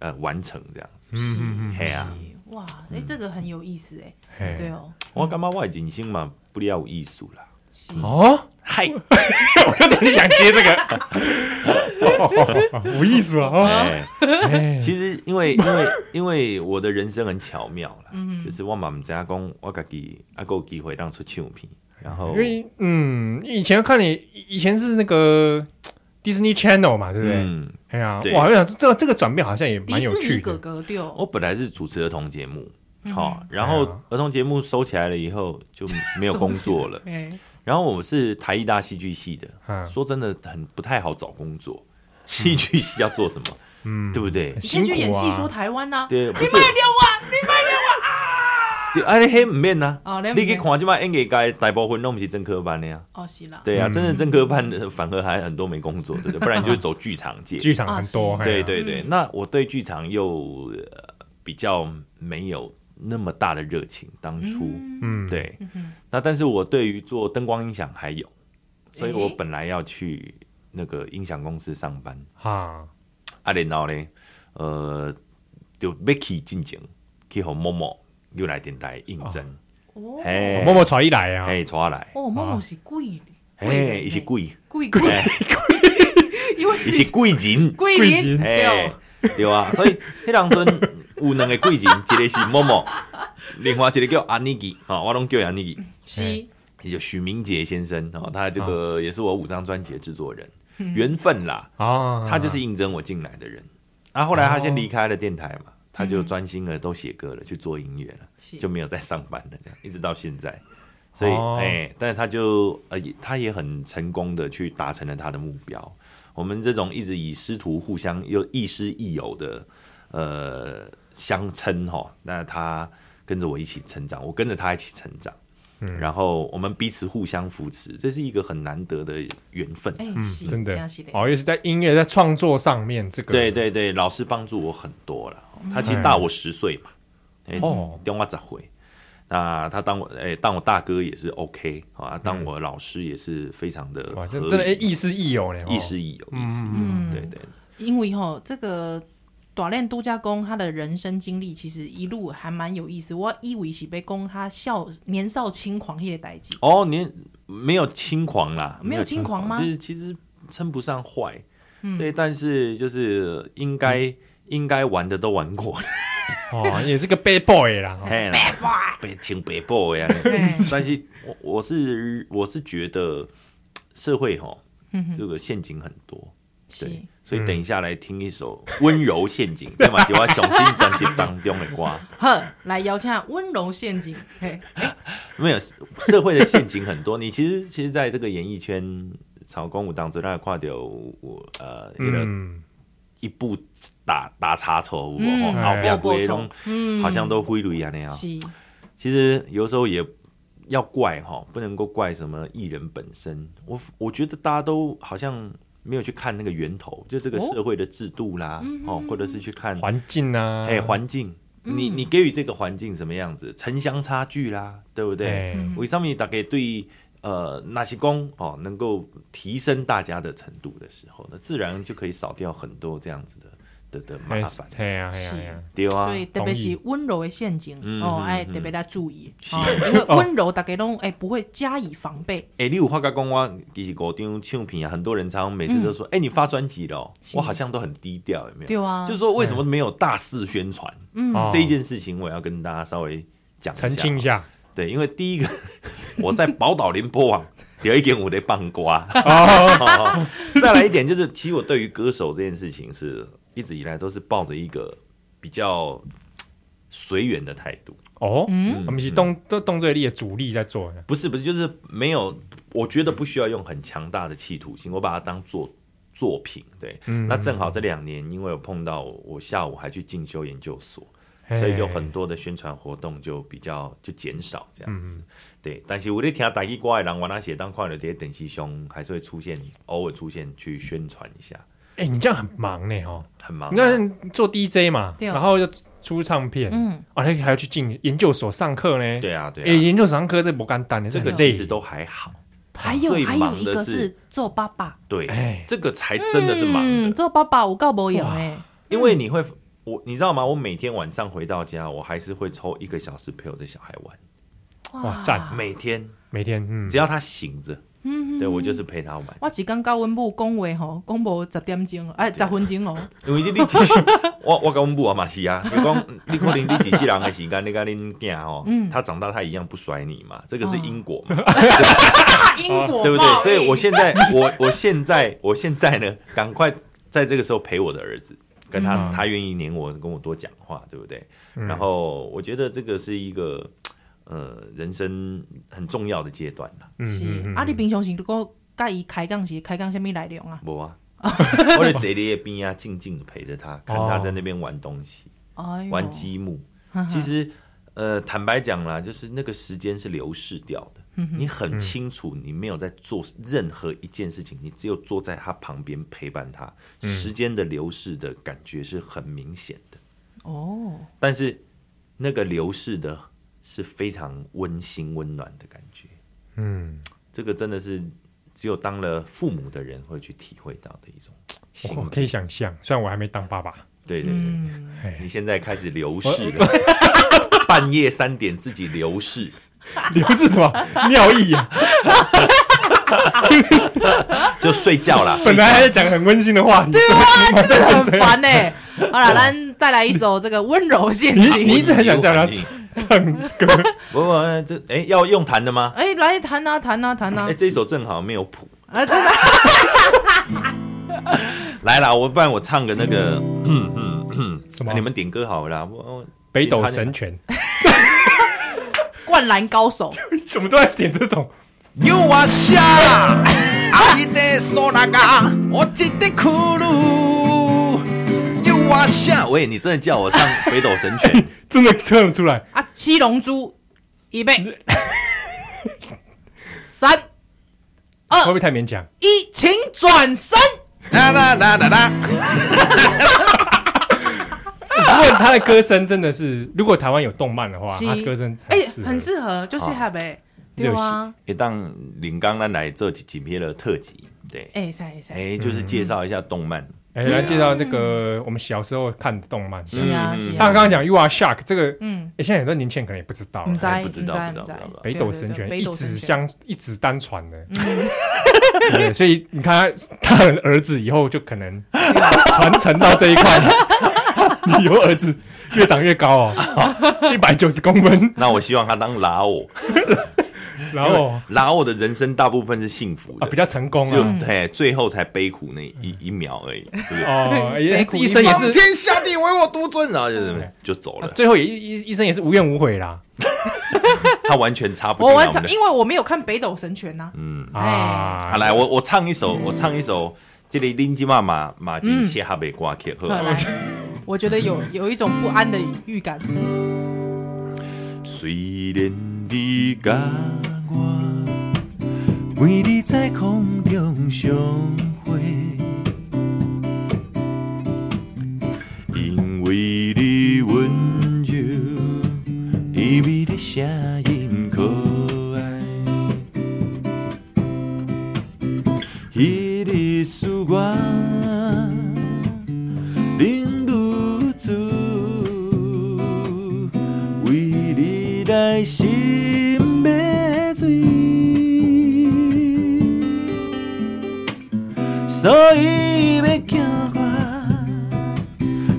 [SPEAKER 3] 呃完成这样子。
[SPEAKER 2] 嗯嗯嗯，
[SPEAKER 3] 嘿啊，
[SPEAKER 1] 哇，哎，这个很有意思哎，对
[SPEAKER 2] 哎，
[SPEAKER 1] 哦，
[SPEAKER 3] 我感觉我的人生嘛，不离要有艺术 啦。
[SPEAKER 1] 是，
[SPEAKER 2] 哦，
[SPEAKER 3] 嗨，
[SPEAKER 2] 我就真的想接这个， 无意思了哦。
[SPEAKER 3] 哎
[SPEAKER 2] 哎
[SPEAKER 3] 其实因为因为因为我的人生很巧妙啦，
[SPEAKER 1] 嗯
[SPEAKER 3] 就是我嘛唔知影讲我家己啊有机会让出唱片，然后
[SPEAKER 2] 因为嗯，以前看你以以前是那个 Disney Channel 嘛，对不对？
[SPEAKER 3] 嗯，
[SPEAKER 2] 哎呀，
[SPEAKER 3] 对
[SPEAKER 2] 哇，我想这这个转变好像也蛮
[SPEAKER 1] 迪
[SPEAKER 2] 有
[SPEAKER 1] 士
[SPEAKER 2] 趣
[SPEAKER 1] 尼哥
[SPEAKER 2] 的。
[SPEAKER 1] 哥对哦，
[SPEAKER 3] 我本来是主持儿童节目。好，然
[SPEAKER 2] 哎
[SPEAKER 3] 后
[SPEAKER 2] 呀
[SPEAKER 3] 儿童节目收起来了以后就没有工作了，
[SPEAKER 1] 哎，
[SPEAKER 3] 然后我是台艺大戏剧系的，
[SPEAKER 2] 嗯
[SPEAKER 3] 说真的很不太好找工作。戏剧系要做什么？
[SPEAKER 2] 嗯
[SPEAKER 3] 对不对
[SPEAKER 1] 你？先去
[SPEAKER 2] 辛苦
[SPEAKER 1] 演戏
[SPEAKER 2] 啊
[SPEAKER 1] 说台湾啦，
[SPEAKER 3] 对，不是
[SPEAKER 1] 你卖六万，你卖六万，
[SPEAKER 3] 对，啊，你迄毋免啊
[SPEAKER 1] 哦你，不
[SPEAKER 3] 你去
[SPEAKER 1] 免
[SPEAKER 3] 看即摆演艺界大部分拢毋是正科班的啊。
[SPEAKER 1] 哦，是啦，
[SPEAKER 3] 对啊，
[SPEAKER 2] 嗯
[SPEAKER 3] 真正正科班的反而还很多没工作，对不对？不然你就是走剧场界。
[SPEAKER 2] 剧场很多，
[SPEAKER 1] 啊
[SPEAKER 2] 嘿
[SPEAKER 3] 对
[SPEAKER 2] 啊
[SPEAKER 3] 对对，那我对剧场又、呃比较没有那么大的热情，当初、
[SPEAKER 2] 嗯，
[SPEAKER 3] 对
[SPEAKER 1] 哼，
[SPEAKER 3] 那但是我对于做灯光音响还有，所以我
[SPEAKER 1] 诶
[SPEAKER 3] 本来要去那个音响公司上班，
[SPEAKER 2] 啊，
[SPEAKER 3] 啊，然后呢，呃，就 Vicky 进前去和某某又来电台应征，
[SPEAKER 1] 哦，
[SPEAKER 3] 嘿、
[SPEAKER 2] 默默传一来啊，
[SPEAKER 3] 嘿，带我来，
[SPEAKER 1] 哦，某某是贵，
[SPEAKER 3] 嘿，伊是贵，
[SPEAKER 1] 贵贵，因为
[SPEAKER 3] 伊是贵人。
[SPEAKER 1] 贵
[SPEAKER 2] 贵
[SPEAKER 1] 人
[SPEAKER 2] 人
[SPEAKER 3] 嘿
[SPEAKER 1] 对，，
[SPEAKER 3] 对啊，所以迄当阵有两个贵人，一个是某某，另外一个叫安妮基，吼，我拢叫安妮基，
[SPEAKER 1] 是
[SPEAKER 3] 也就许明杰先生，哦，他这个也是我五张专辑的制作人，缘分啦，
[SPEAKER 2] 啊，
[SPEAKER 3] 他就是应征我进来的人。啊，后来他先离开了电台嘛，他就专心的都写歌了，去做音乐了，
[SPEAKER 1] 是
[SPEAKER 3] 就没有再上班了，这样一直到现在。所以，
[SPEAKER 2] 哦
[SPEAKER 3] 哎，但是他就呃，也他也很成功的去达成了他的目标。我们这种一直以师徒互相又亦师亦友的呃相称哈，那他跟着我一起成长，我跟着他一起成长。然后我们彼此互相扶持，这是一个很难得的缘分。
[SPEAKER 1] 哎
[SPEAKER 2] 嗯
[SPEAKER 1] 是，
[SPEAKER 2] 真
[SPEAKER 1] 这
[SPEAKER 2] 的
[SPEAKER 1] 样是的，
[SPEAKER 2] 哦，也是在音乐在创作上面这个
[SPEAKER 3] 对对对，老师帮助我很多了。他其实
[SPEAKER 2] 嗯
[SPEAKER 3] 大我十岁嘛，哎
[SPEAKER 2] 哦，
[SPEAKER 3] 当我咋回？那他当我哎、当我大哥也是 OK 啊，当我老师也是非常的
[SPEAKER 2] 哇，这
[SPEAKER 3] 合
[SPEAKER 2] 真的哎
[SPEAKER 3] 理
[SPEAKER 2] 亦师亦友呢，哦
[SPEAKER 3] 亦师亦友，亦师亦
[SPEAKER 1] 嗯
[SPEAKER 3] 友，对对
[SPEAKER 1] 因为吼这个。短练度假工，他的人生经历其实一路还蛮有意思。我以为是被攻他少年少轻狂迄个代志，
[SPEAKER 3] 哦，你没有轻狂啦，
[SPEAKER 1] 没有轻狂吗
[SPEAKER 3] 就是其实称不上坏，对，但是就是应该、应该玩的都玩过，
[SPEAKER 2] 哦，也是个 bad boy 啦， 哦
[SPEAKER 3] 嘿啦，北京北部呀
[SPEAKER 1] 嘿，
[SPEAKER 3] 但是我我是我是觉得社会哈，这个陷阱很多，
[SPEAKER 1] 嗯是
[SPEAKER 3] 对，所以等一下来听一首《温柔陷阱》，这嘛是我雄心专辑当中的歌。
[SPEAKER 1] 呵，来邀请温柔陷 阱，嘿，
[SPEAKER 3] 没有社会的陷阱很多，你其实其实在这个演艺圈，曹公武当中，那跨掉我呃那个
[SPEAKER 2] 嗯，
[SPEAKER 3] 一步打打叉错误
[SPEAKER 1] 嗯
[SPEAKER 3] 哦，后边
[SPEAKER 1] 步步
[SPEAKER 3] 规
[SPEAKER 1] 错
[SPEAKER 3] 拢好
[SPEAKER 1] 嗯
[SPEAKER 3] 像都挥泪啊那样。
[SPEAKER 1] 是，
[SPEAKER 3] 其实有时候也要怪哈，不能够怪什么艺人本身。我我觉得大家都好像没有去看那个源头，就这个
[SPEAKER 1] 哦
[SPEAKER 3] 社会的制度啦，
[SPEAKER 1] 嗯
[SPEAKER 3] 哦，或者是去看
[SPEAKER 2] 环境啊，
[SPEAKER 3] 哎环境，你你给予这个环境什么样子，城乡差距啦，对不对？
[SPEAKER 2] 哎
[SPEAKER 3] 为什么大概对呃那些工哦能够提升大家的程度的时候呢，自然就可以少掉很多这样子的的的麻
[SPEAKER 2] 哎
[SPEAKER 3] 烦，，
[SPEAKER 2] 嘿呀嘿呀嘿呀，
[SPEAKER 3] 对啊
[SPEAKER 1] 所，以特别是温柔的陷阱
[SPEAKER 3] 嗯
[SPEAKER 1] 哦，
[SPEAKER 3] 嗯
[SPEAKER 1] 哎，
[SPEAKER 3] 嗯
[SPEAKER 1] 特别要注意，
[SPEAKER 3] 是
[SPEAKER 1] 哦，因为温柔大家都哎不会加以防备，
[SPEAKER 3] 哎、你有发觉讲我其实五张唱片啊，很多人常常每次都说，哎、你发专辑了哦、
[SPEAKER 1] 嗯是
[SPEAKER 3] 我好像都很低调，有没有？
[SPEAKER 1] 对啊，嗯
[SPEAKER 3] 就是说为什么没有大肆宣传、
[SPEAKER 2] 哦
[SPEAKER 3] 这一件事情，我要跟大家稍微讲
[SPEAKER 1] 啊
[SPEAKER 3] 一下哦
[SPEAKER 2] 澄清一。下
[SPEAKER 3] 对，因为第一个，我在宝岛联播 网有一点我的棒瓜。
[SPEAKER 2] 哦，
[SPEAKER 3] 再来一点就是，其实我对于歌手这件事情是一直以来都是抱着一个比较随缘的态度。
[SPEAKER 2] 哦，
[SPEAKER 1] 嗯
[SPEAKER 2] 我们是动动动最力的主力在做呢，
[SPEAKER 3] 不是不是，就是没有，我觉得不需要用很强大的企图心，我把它当做作品。对，
[SPEAKER 2] 嗯
[SPEAKER 3] 那正好这两年，因为我碰到我下午还去进修研究所，所以就很多的宣传活动就比较就减少这样
[SPEAKER 2] 嗯
[SPEAKER 3] 子。对，但是我在听打一瓜的人，我那写当快乐爹等西兄还是会出现，偶尔出现去宣传一下，
[SPEAKER 2] 哎，你这样很忙呢哦，
[SPEAKER 3] 很忙、
[SPEAKER 2] 你
[SPEAKER 3] 啊。
[SPEAKER 2] 看做 DJ 嘛，
[SPEAKER 1] 对哦
[SPEAKER 2] 然后又出唱片，
[SPEAKER 1] 嗯，
[SPEAKER 2] 啊，那还要去进研究所上课呢，
[SPEAKER 3] 对啊，
[SPEAKER 2] 哎，
[SPEAKER 3] 对啊，
[SPEAKER 2] 研究所上课这不简单的，
[SPEAKER 3] 这个
[SPEAKER 2] 很
[SPEAKER 3] 其
[SPEAKER 2] 累
[SPEAKER 3] 实都还好。
[SPEAKER 1] 还有
[SPEAKER 3] 最
[SPEAKER 1] 还有
[SPEAKER 3] 忙
[SPEAKER 1] 一
[SPEAKER 3] 的
[SPEAKER 1] 个
[SPEAKER 3] 是
[SPEAKER 1] 是做爸爸，
[SPEAKER 3] 对
[SPEAKER 2] 哎，
[SPEAKER 3] 这个才真的是忙的
[SPEAKER 1] 嗯，。做爸爸我够无用哎，
[SPEAKER 3] 因为你会，我你知道吗？我每天晚上回到家，我还是会抽一个小时陪我的小孩玩。
[SPEAKER 2] 哇
[SPEAKER 1] 啊
[SPEAKER 2] 赞，
[SPEAKER 3] 每天
[SPEAKER 2] 每天嗯
[SPEAKER 3] 只要他醒着，对我就是陪他玩。
[SPEAKER 1] 我只刚教阮母讲话吼，讲无十点钟，哎，十分钟哦，
[SPEAKER 3] 因为你你只是我我跟我母啊嘛是啊，你讲你可能你几世人的时间，你跟恁囝哦，他长大他一样不甩你嘛，这个是因果嘛，
[SPEAKER 1] 啊，英国
[SPEAKER 3] 对不
[SPEAKER 1] 贸
[SPEAKER 3] 对？
[SPEAKER 1] 易
[SPEAKER 3] 所以我现在我我现在我现在呢，赶快在这个时候陪我的儿子。跟他，
[SPEAKER 2] 嗯
[SPEAKER 3] 他愿意黏我，跟我多讲话，对不对？然后我觉得这个是一个呃人生很重要的阶段啦。
[SPEAKER 2] 嗯嗯
[SPEAKER 1] 是
[SPEAKER 2] 嗯，
[SPEAKER 1] 啊，你平常时如果甲伊开讲是开讲什么内容啊？
[SPEAKER 3] 我啊，我就坐在他边啊，静静的陪着他，看他在那边玩东西，
[SPEAKER 1] 哎呦
[SPEAKER 3] 玩积木。
[SPEAKER 1] 哈哈
[SPEAKER 3] 其实呃，坦白讲啦，就是那个时间是流逝掉的。你
[SPEAKER 2] 嗯
[SPEAKER 3] 很清楚，你没有在做任何一件事情，你只有坐在他旁边陪伴他，
[SPEAKER 2] 嗯
[SPEAKER 3] 时间的流逝的感觉是很明显的。
[SPEAKER 1] 哦，
[SPEAKER 3] 但是那个流逝的是非常温馨温暖的感觉。
[SPEAKER 2] 嗯，
[SPEAKER 3] 这个真的是只有当了父母的人会去体会到的一种心
[SPEAKER 2] 我我哦可
[SPEAKER 3] 情。
[SPEAKER 2] 以想象，虽然我还没当爸爸，
[SPEAKER 3] 对对对，
[SPEAKER 1] 嗯，
[SPEAKER 2] 哎
[SPEAKER 3] 你现在开始流逝 了，半夜三点自己流逝，
[SPEAKER 2] 流是什么尿意 啊？
[SPEAKER 3] 就睡觉啦。
[SPEAKER 2] 本
[SPEAKER 3] 睡
[SPEAKER 2] 来还
[SPEAKER 3] 觉
[SPEAKER 2] 在讲很温馨的话题，
[SPEAKER 1] 真的很烦呢。好了，咱带来一首这个温柔陷
[SPEAKER 2] 你
[SPEAKER 1] 阱。
[SPEAKER 2] 你一直很想叫他
[SPEAKER 3] 你
[SPEAKER 2] 唱 歌，
[SPEAKER 3] 不不，呃这哎要用弹的吗？
[SPEAKER 1] 哎，来弹啊弹啊弹啊
[SPEAKER 3] 哎，！这一首正好没有谱，
[SPEAKER 2] 哎
[SPEAKER 1] 啊，真的，
[SPEAKER 3] 来啦，我不然我唱个那个，嗯嗯嗯，
[SPEAKER 2] 什么
[SPEAKER 3] 哎你们点歌好了啦，我我
[SPEAKER 2] 北斗神拳，
[SPEAKER 1] 灌篮高手，
[SPEAKER 3] 啊
[SPEAKER 2] 怎么都在点这种？
[SPEAKER 4] 牛啊虾，阿姨的手那个，我记得哭噜。牛啊虾，
[SPEAKER 3] 喂，你真的叫我唱《北斗神 拳》？
[SPEAKER 2] 真的唱得 出来，
[SPEAKER 1] 啊，七龙珠，预 备，三
[SPEAKER 2] 会不会太勉强？
[SPEAKER 1] 一，请转身。
[SPEAKER 4] 啦啦啦啦啦，
[SPEAKER 2] 不过他的歌声真的是，如果台湾有动漫的话，
[SPEAKER 1] 是
[SPEAKER 2] 他的歌声
[SPEAKER 1] 哎、
[SPEAKER 2] 适合
[SPEAKER 1] 很适合，就是
[SPEAKER 3] 哦
[SPEAKER 1] h a b 哎，
[SPEAKER 2] 热
[SPEAKER 1] 对啊，
[SPEAKER 3] 也当林刚那来做几几篇的特辑，对，
[SPEAKER 1] 哎塞塞，
[SPEAKER 3] 哎，就是介绍一下动漫，
[SPEAKER 2] 哎，来介绍那个我们小时候看的动漫。
[SPEAKER 1] 是啊
[SPEAKER 3] 嗯
[SPEAKER 1] 是
[SPEAKER 2] 像刚
[SPEAKER 1] 啊，
[SPEAKER 2] 刚讲《You Are Shark》这个，
[SPEAKER 1] 嗯，
[SPEAKER 2] 哎，现在很多年轻人可能也不知道
[SPEAKER 1] 唔
[SPEAKER 2] 了。
[SPEAKER 1] 知
[SPEAKER 3] 哎不
[SPEAKER 1] 唔
[SPEAKER 3] 知
[SPEAKER 1] 知
[SPEAKER 3] 道不
[SPEAKER 1] 唔
[SPEAKER 3] 知
[SPEAKER 1] 知
[SPEAKER 3] 道不知道，
[SPEAKER 2] 北斗神拳
[SPEAKER 1] 对对对
[SPEAKER 2] 一
[SPEAKER 1] 北斗神
[SPEAKER 2] 直
[SPEAKER 1] 拳嗯
[SPEAKER 2] 相一直单传的， 对，所以你看他他的儿子以后就可能传承到这一 块。你以后儿子越长越高哦，一百九十公分，
[SPEAKER 3] 那我希望他当拉偶，
[SPEAKER 2] 然后
[SPEAKER 3] 拉偶的人生大部分是幸福
[SPEAKER 2] 啊
[SPEAKER 3] 的，
[SPEAKER 2] 比较成功
[SPEAKER 3] 只有
[SPEAKER 2] 啊，
[SPEAKER 3] 对最后才悲苦那一一秒而已，对不对？
[SPEAKER 2] 哦，
[SPEAKER 1] 北
[SPEAKER 2] 也
[SPEAKER 1] 谷
[SPEAKER 2] 一生也是
[SPEAKER 4] 方天下地唯我独尊。
[SPEAKER 3] 然后就是
[SPEAKER 2] 对
[SPEAKER 3] 就走了，
[SPEAKER 2] 啊 最后也一一一生也是无怨无悔啦。
[SPEAKER 3] 他完全插不进
[SPEAKER 1] 我完
[SPEAKER 3] 来我
[SPEAKER 1] 成，
[SPEAKER 3] 们的。
[SPEAKER 1] 因为我没有看北斗神拳呐、
[SPEAKER 3] 嗯，
[SPEAKER 2] 啊
[SPEAKER 1] 哎
[SPEAKER 3] 好来，我我唱一首，我唱一首，这里林吉妈妈马金谢哈北瓜克
[SPEAKER 1] 后
[SPEAKER 3] 呵。
[SPEAKER 1] 来我觉得有有一种不安的预感，
[SPEAKER 3] 虽然你甲我每日在空中相会，因为你温柔甜蜜的声音可爱，迄日使我忍不住。为你来心的醉，所以要叫我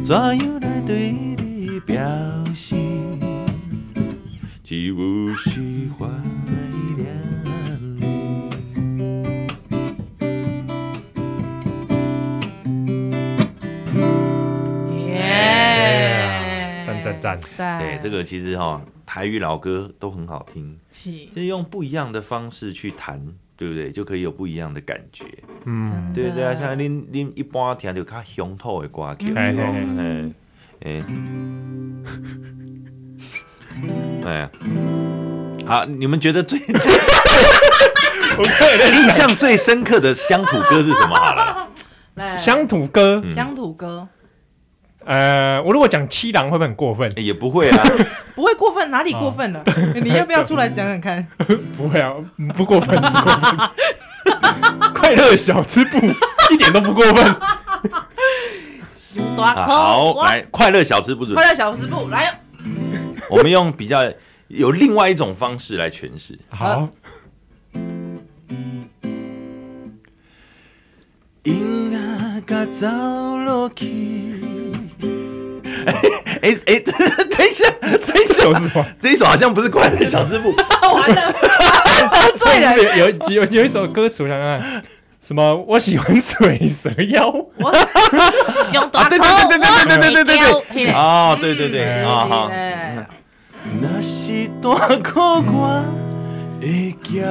[SPEAKER 3] 怎样来对你表示，只有是怀念你。
[SPEAKER 1] 耶、
[SPEAKER 2] 赞赞赞！
[SPEAKER 1] 赞！
[SPEAKER 3] 对，哎这个其实哈、台语老歌都很好听，
[SPEAKER 1] 是
[SPEAKER 3] 就是用不一样的方式去弹，对不对？就可以有不一样的感觉。
[SPEAKER 2] 嗯，
[SPEAKER 3] 对对啊，像恁恁一般听着较乡土的歌曲，
[SPEAKER 2] 哎嘿嘿
[SPEAKER 3] 嗯，诶， 哎呀，好，你们觉得最印
[SPEAKER 2] 我看有点
[SPEAKER 3] 象最深刻的乡土歌是什么？好了，
[SPEAKER 1] 来
[SPEAKER 2] 乡土歌，
[SPEAKER 1] 乡土歌
[SPEAKER 2] 呃，我如果讲七郎会不会很过分？
[SPEAKER 3] 也 不会啊，
[SPEAKER 1] 不会过分，哪里过分了？你要不要出来讲讲看？
[SPEAKER 2] 不会啊，嗯不过分，不过分。 快乐小吃部一点都不过分，
[SPEAKER 1] 大
[SPEAKER 3] 好，
[SPEAKER 1] 哇
[SPEAKER 3] 来，快乐小吃不准
[SPEAKER 1] 快，乐小食部来，
[SPEAKER 3] 我们用比较有另外一种方式来诠释。
[SPEAKER 2] 好
[SPEAKER 1] 好，
[SPEAKER 3] 音乐甲走落去，哎哎哎，等一下，等一
[SPEAKER 2] 哎这
[SPEAKER 3] 下
[SPEAKER 2] 首，是什么？
[SPEAKER 3] 这一首好像不是快乐小吃部。
[SPEAKER 1] 完了，得罪
[SPEAKER 2] 是不
[SPEAKER 1] 人，
[SPEAKER 2] 是有有有有一首歌词，我想想看，什么？我喜欢水蛇腰，
[SPEAKER 1] 我熊大
[SPEAKER 3] 啊，对对对对对对对对对对，
[SPEAKER 1] 啊，
[SPEAKER 3] 哦，对对对，
[SPEAKER 1] 是
[SPEAKER 3] 啊
[SPEAKER 1] 是
[SPEAKER 3] 好。
[SPEAKER 1] 的。
[SPEAKER 3] 若是大苦我会骄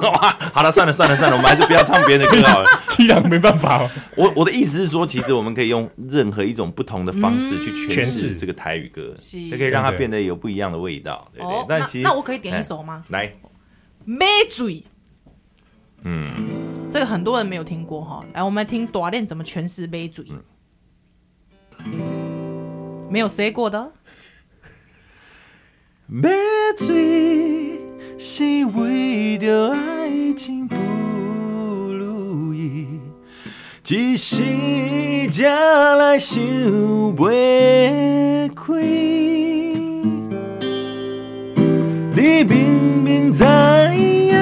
[SPEAKER 3] 哇，好了，算了算了算了，我们还是不要唱别人的歌好了。
[SPEAKER 2] 凄凉没办法哦，
[SPEAKER 3] 我我的意思是说，其实我们可以用任何一种不同的方式去诠
[SPEAKER 2] 诠
[SPEAKER 3] 释
[SPEAKER 2] 释
[SPEAKER 3] 这个台语歌，
[SPEAKER 1] 是
[SPEAKER 3] 就可以让它变得有不一样的味道，对不对
[SPEAKER 1] 哦？，
[SPEAKER 3] 但
[SPEAKER 1] 那
[SPEAKER 3] 其实
[SPEAKER 1] 那我可以点一首吗？
[SPEAKER 3] 来，
[SPEAKER 1] 咩嘴，
[SPEAKER 3] 嗯，
[SPEAKER 1] 这个很多人没有听过哈。来，我们来听短练怎么诠释咩嘴。没有 say 过的，
[SPEAKER 4] 要醉是为着爱情不如意，一时才来想袂开。你明明知影，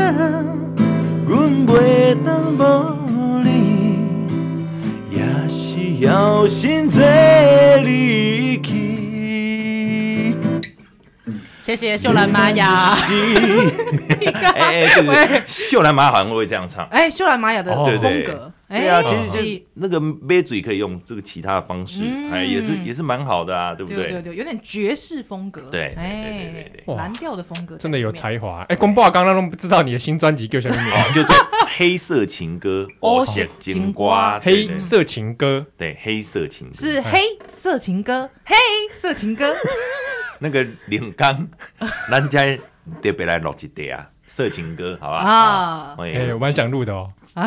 [SPEAKER 4] 阮袂当无你，也是要先做离去。
[SPEAKER 1] 谢谢秀兰玛 雅。
[SPEAKER 3] 哎哎，对对对，秀兰麻好像会这样唱。
[SPEAKER 1] 哎，秀兰玛雅的
[SPEAKER 2] 哦
[SPEAKER 3] 对
[SPEAKER 1] 风
[SPEAKER 3] 对
[SPEAKER 1] 格，
[SPEAKER 3] 对啊，
[SPEAKER 1] 哎，
[SPEAKER 3] 其
[SPEAKER 1] 是嗯
[SPEAKER 3] 实就那个杯嘴可以用这个其他的方式，哎，也是也是蛮好的啊，对不
[SPEAKER 1] 对对
[SPEAKER 3] 对？
[SPEAKER 1] 对，有点爵士风格，
[SPEAKER 3] 对对对对
[SPEAKER 1] 哎
[SPEAKER 3] 对对，
[SPEAKER 2] 哇
[SPEAKER 1] 蓝调的风格，
[SPEAKER 2] 真的有。才华。哎，公布啊，刚刚都不知道你的新专辑叫什么名，
[SPEAKER 3] 哦，就这黑色情歌，
[SPEAKER 1] 哦
[SPEAKER 3] 血金
[SPEAKER 1] 金
[SPEAKER 3] 瓜，
[SPEAKER 1] 瓜
[SPEAKER 3] 对
[SPEAKER 2] 黑
[SPEAKER 3] 对
[SPEAKER 2] 色情歌，
[SPEAKER 3] 对黑色情歌，
[SPEAKER 1] 是黑色情歌，黑色情 歌，
[SPEAKER 3] 那个林刚， 咱家特别来录一碟啊，色情歌，好吧？
[SPEAKER 1] 啊
[SPEAKER 3] 啊，哎
[SPEAKER 2] 哎，我蛮想录的哦，
[SPEAKER 3] 早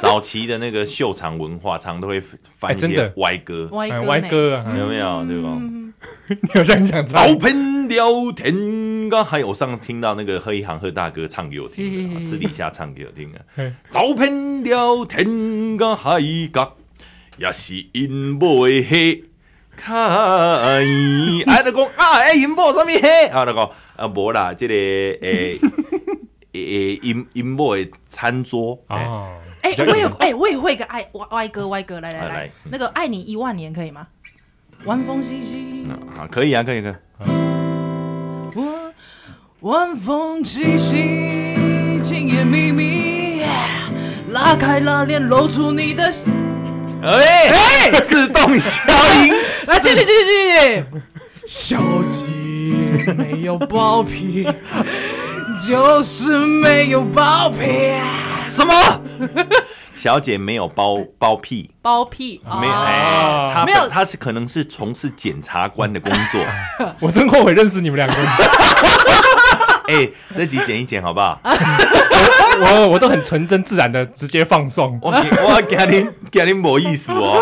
[SPEAKER 3] 早期的那个秀场文化，常都会翻
[SPEAKER 2] 哎
[SPEAKER 3] 一
[SPEAKER 2] 真
[SPEAKER 3] 些
[SPEAKER 2] 的
[SPEAKER 3] 歪歌，嗯
[SPEAKER 1] 歪
[SPEAKER 2] 哎
[SPEAKER 1] 歌，
[SPEAKER 2] 歪，歌啊，
[SPEAKER 3] 有没有？对吧？
[SPEAKER 2] 你好像想唱
[SPEAKER 3] 早喷聊天，刚还有我上次听到那个贺一航贺大哥唱给我听的，
[SPEAKER 1] 是是是
[SPEAKER 3] 私底下唱给我听的
[SPEAKER 2] 嘿。
[SPEAKER 3] 早喷聊天，刚海角也是因某的黑。看，哎，就讲啊，哎，因某什么嘿？啊，就讲啊，无啦，这个 诶诶，因因某的餐桌，哎
[SPEAKER 2] 哦，
[SPEAKER 1] 哎，我有，哎，我也会一个爱歪歪歌，歪歌，来来
[SPEAKER 3] 来来
[SPEAKER 1] 来，那个爱你一万年可以吗？晚风习习，
[SPEAKER 3] 啊，可以啊，可以，可以。
[SPEAKER 1] 我晚风习习，今夜秘密，拉开拉链，露出你的，
[SPEAKER 3] 哎、自动消 音，
[SPEAKER 1] 来哎继续继续继续。
[SPEAKER 5] 消极，没有包皮，就是没有包皮。
[SPEAKER 3] 什么？小姐没有包包屁，
[SPEAKER 1] 包屁，
[SPEAKER 3] 没有，
[SPEAKER 1] 哦
[SPEAKER 3] 哎，她
[SPEAKER 1] 没有
[SPEAKER 3] 本她是可能是从事检察官的工作。
[SPEAKER 2] 我真后悔认识你们两个，
[SPEAKER 3] 哎，这集剪一剪好 不好？
[SPEAKER 2] 我我都很纯真自然的直接放 送，
[SPEAKER 3] 我给我给您给您没意 思哦。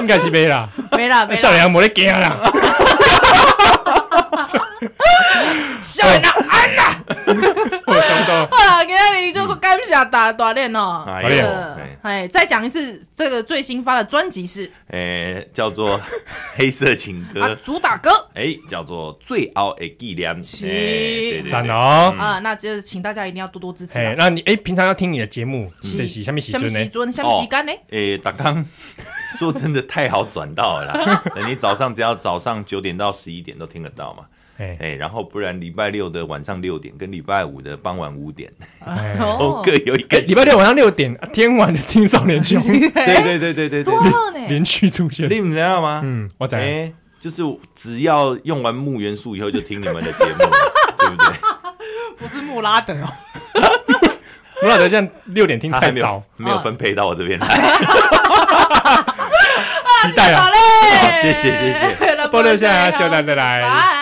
[SPEAKER 2] 应该是没啦，
[SPEAKER 1] 没啦没
[SPEAKER 2] 笑
[SPEAKER 1] 啦，
[SPEAKER 2] 脸没得惊啦，
[SPEAKER 1] 笑人啊！
[SPEAKER 2] 我懂懂，
[SPEAKER 1] 好啦，今天你就感谢大大练哦。
[SPEAKER 3] 哎
[SPEAKER 2] 呦
[SPEAKER 1] 这
[SPEAKER 3] 呦
[SPEAKER 1] 个，哎，再讲一次，这个最新发的专辑是
[SPEAKER 3] 哎，叫做黑色情
[SPEAKER 1] 啊
[SPEAKER 3] 歌，，
[SPEAKER 1] 主打歌
[SPEAKER 3] 哎，叫做最傲的纪念，哎对对
[SPEAKER 2] 赞
[SPEAKER 3] 对，
[SPEAKER 2] 哦。
[SPEAKER 1] 啊，那就是请大家一定要多多支持
[SPEAKER 2] 哎
[SPEAKER 1] 啊，。
[SPEAKER 2] 那你哎，平常要听你的节目，
[SPEAKER 1] 是
[SPEAKER 2] 这是下面喜
[SPEAKER 1] 什么
[SPEAKER 2] 尊
[SPEAKER 1] 时
[SPEAKER 2] 呢？
[SPEAKER 1] 阵？什么时间呢？
[SPEAKER 3] 哎，打刚。 说真的，太好转到 了啦！你早上只要早上九点到十一点都听得到嘛。
[SPEAKER 2] 哎
[SPEAKER 3] 哎、然后不然礼拜六的晚上六点跟礼拜五的傍晚五点，
[SPEAKER 2] 哎，
[SPEAKER 3] 都
[SPEAKER 1] 哦
[SPEAKER 3] 各，有一个。
[SPEAKER 2] 礼拜六晚上六点，啊天晚就听少年兄
[SPEAKER 3] 对对对对对对
[SPEAKER 1] 多，好呢！
[SPEAKER 2] 连续出现。
[SPEAKER 3] 你们知道吗？
[SPEAKER 2] 嗯，我
[SPEAKER 3] 哎、
[SPEAKER 2] 在
[SPEAKER 3] 就是只要用完木元素以后，就听你们的节目了， 对不对？
[SPEAKER 1] 不是穆拉德哦，
[SPEAKER 2] 罗老德这样六点听
[SPEAKER 3] 他
[SPEAKER 2] 太
[SPEAKER 3] 还没
[SPEAKER 2] 早
[SPEAKER 3] 有，没有分配到我这边来，
[SPEAKER 2] 期待
[SPEAKER 1] 好
[SPEAKER 2] 啊！
[SPEAKER 1] 嘞
[SPEAKER 3] 好，谢谢谢谢
[SPEAKER 1] 谢
[SPEAKER 2] 波留下来，秀兰的来，
[SPEAKER 1] 拜。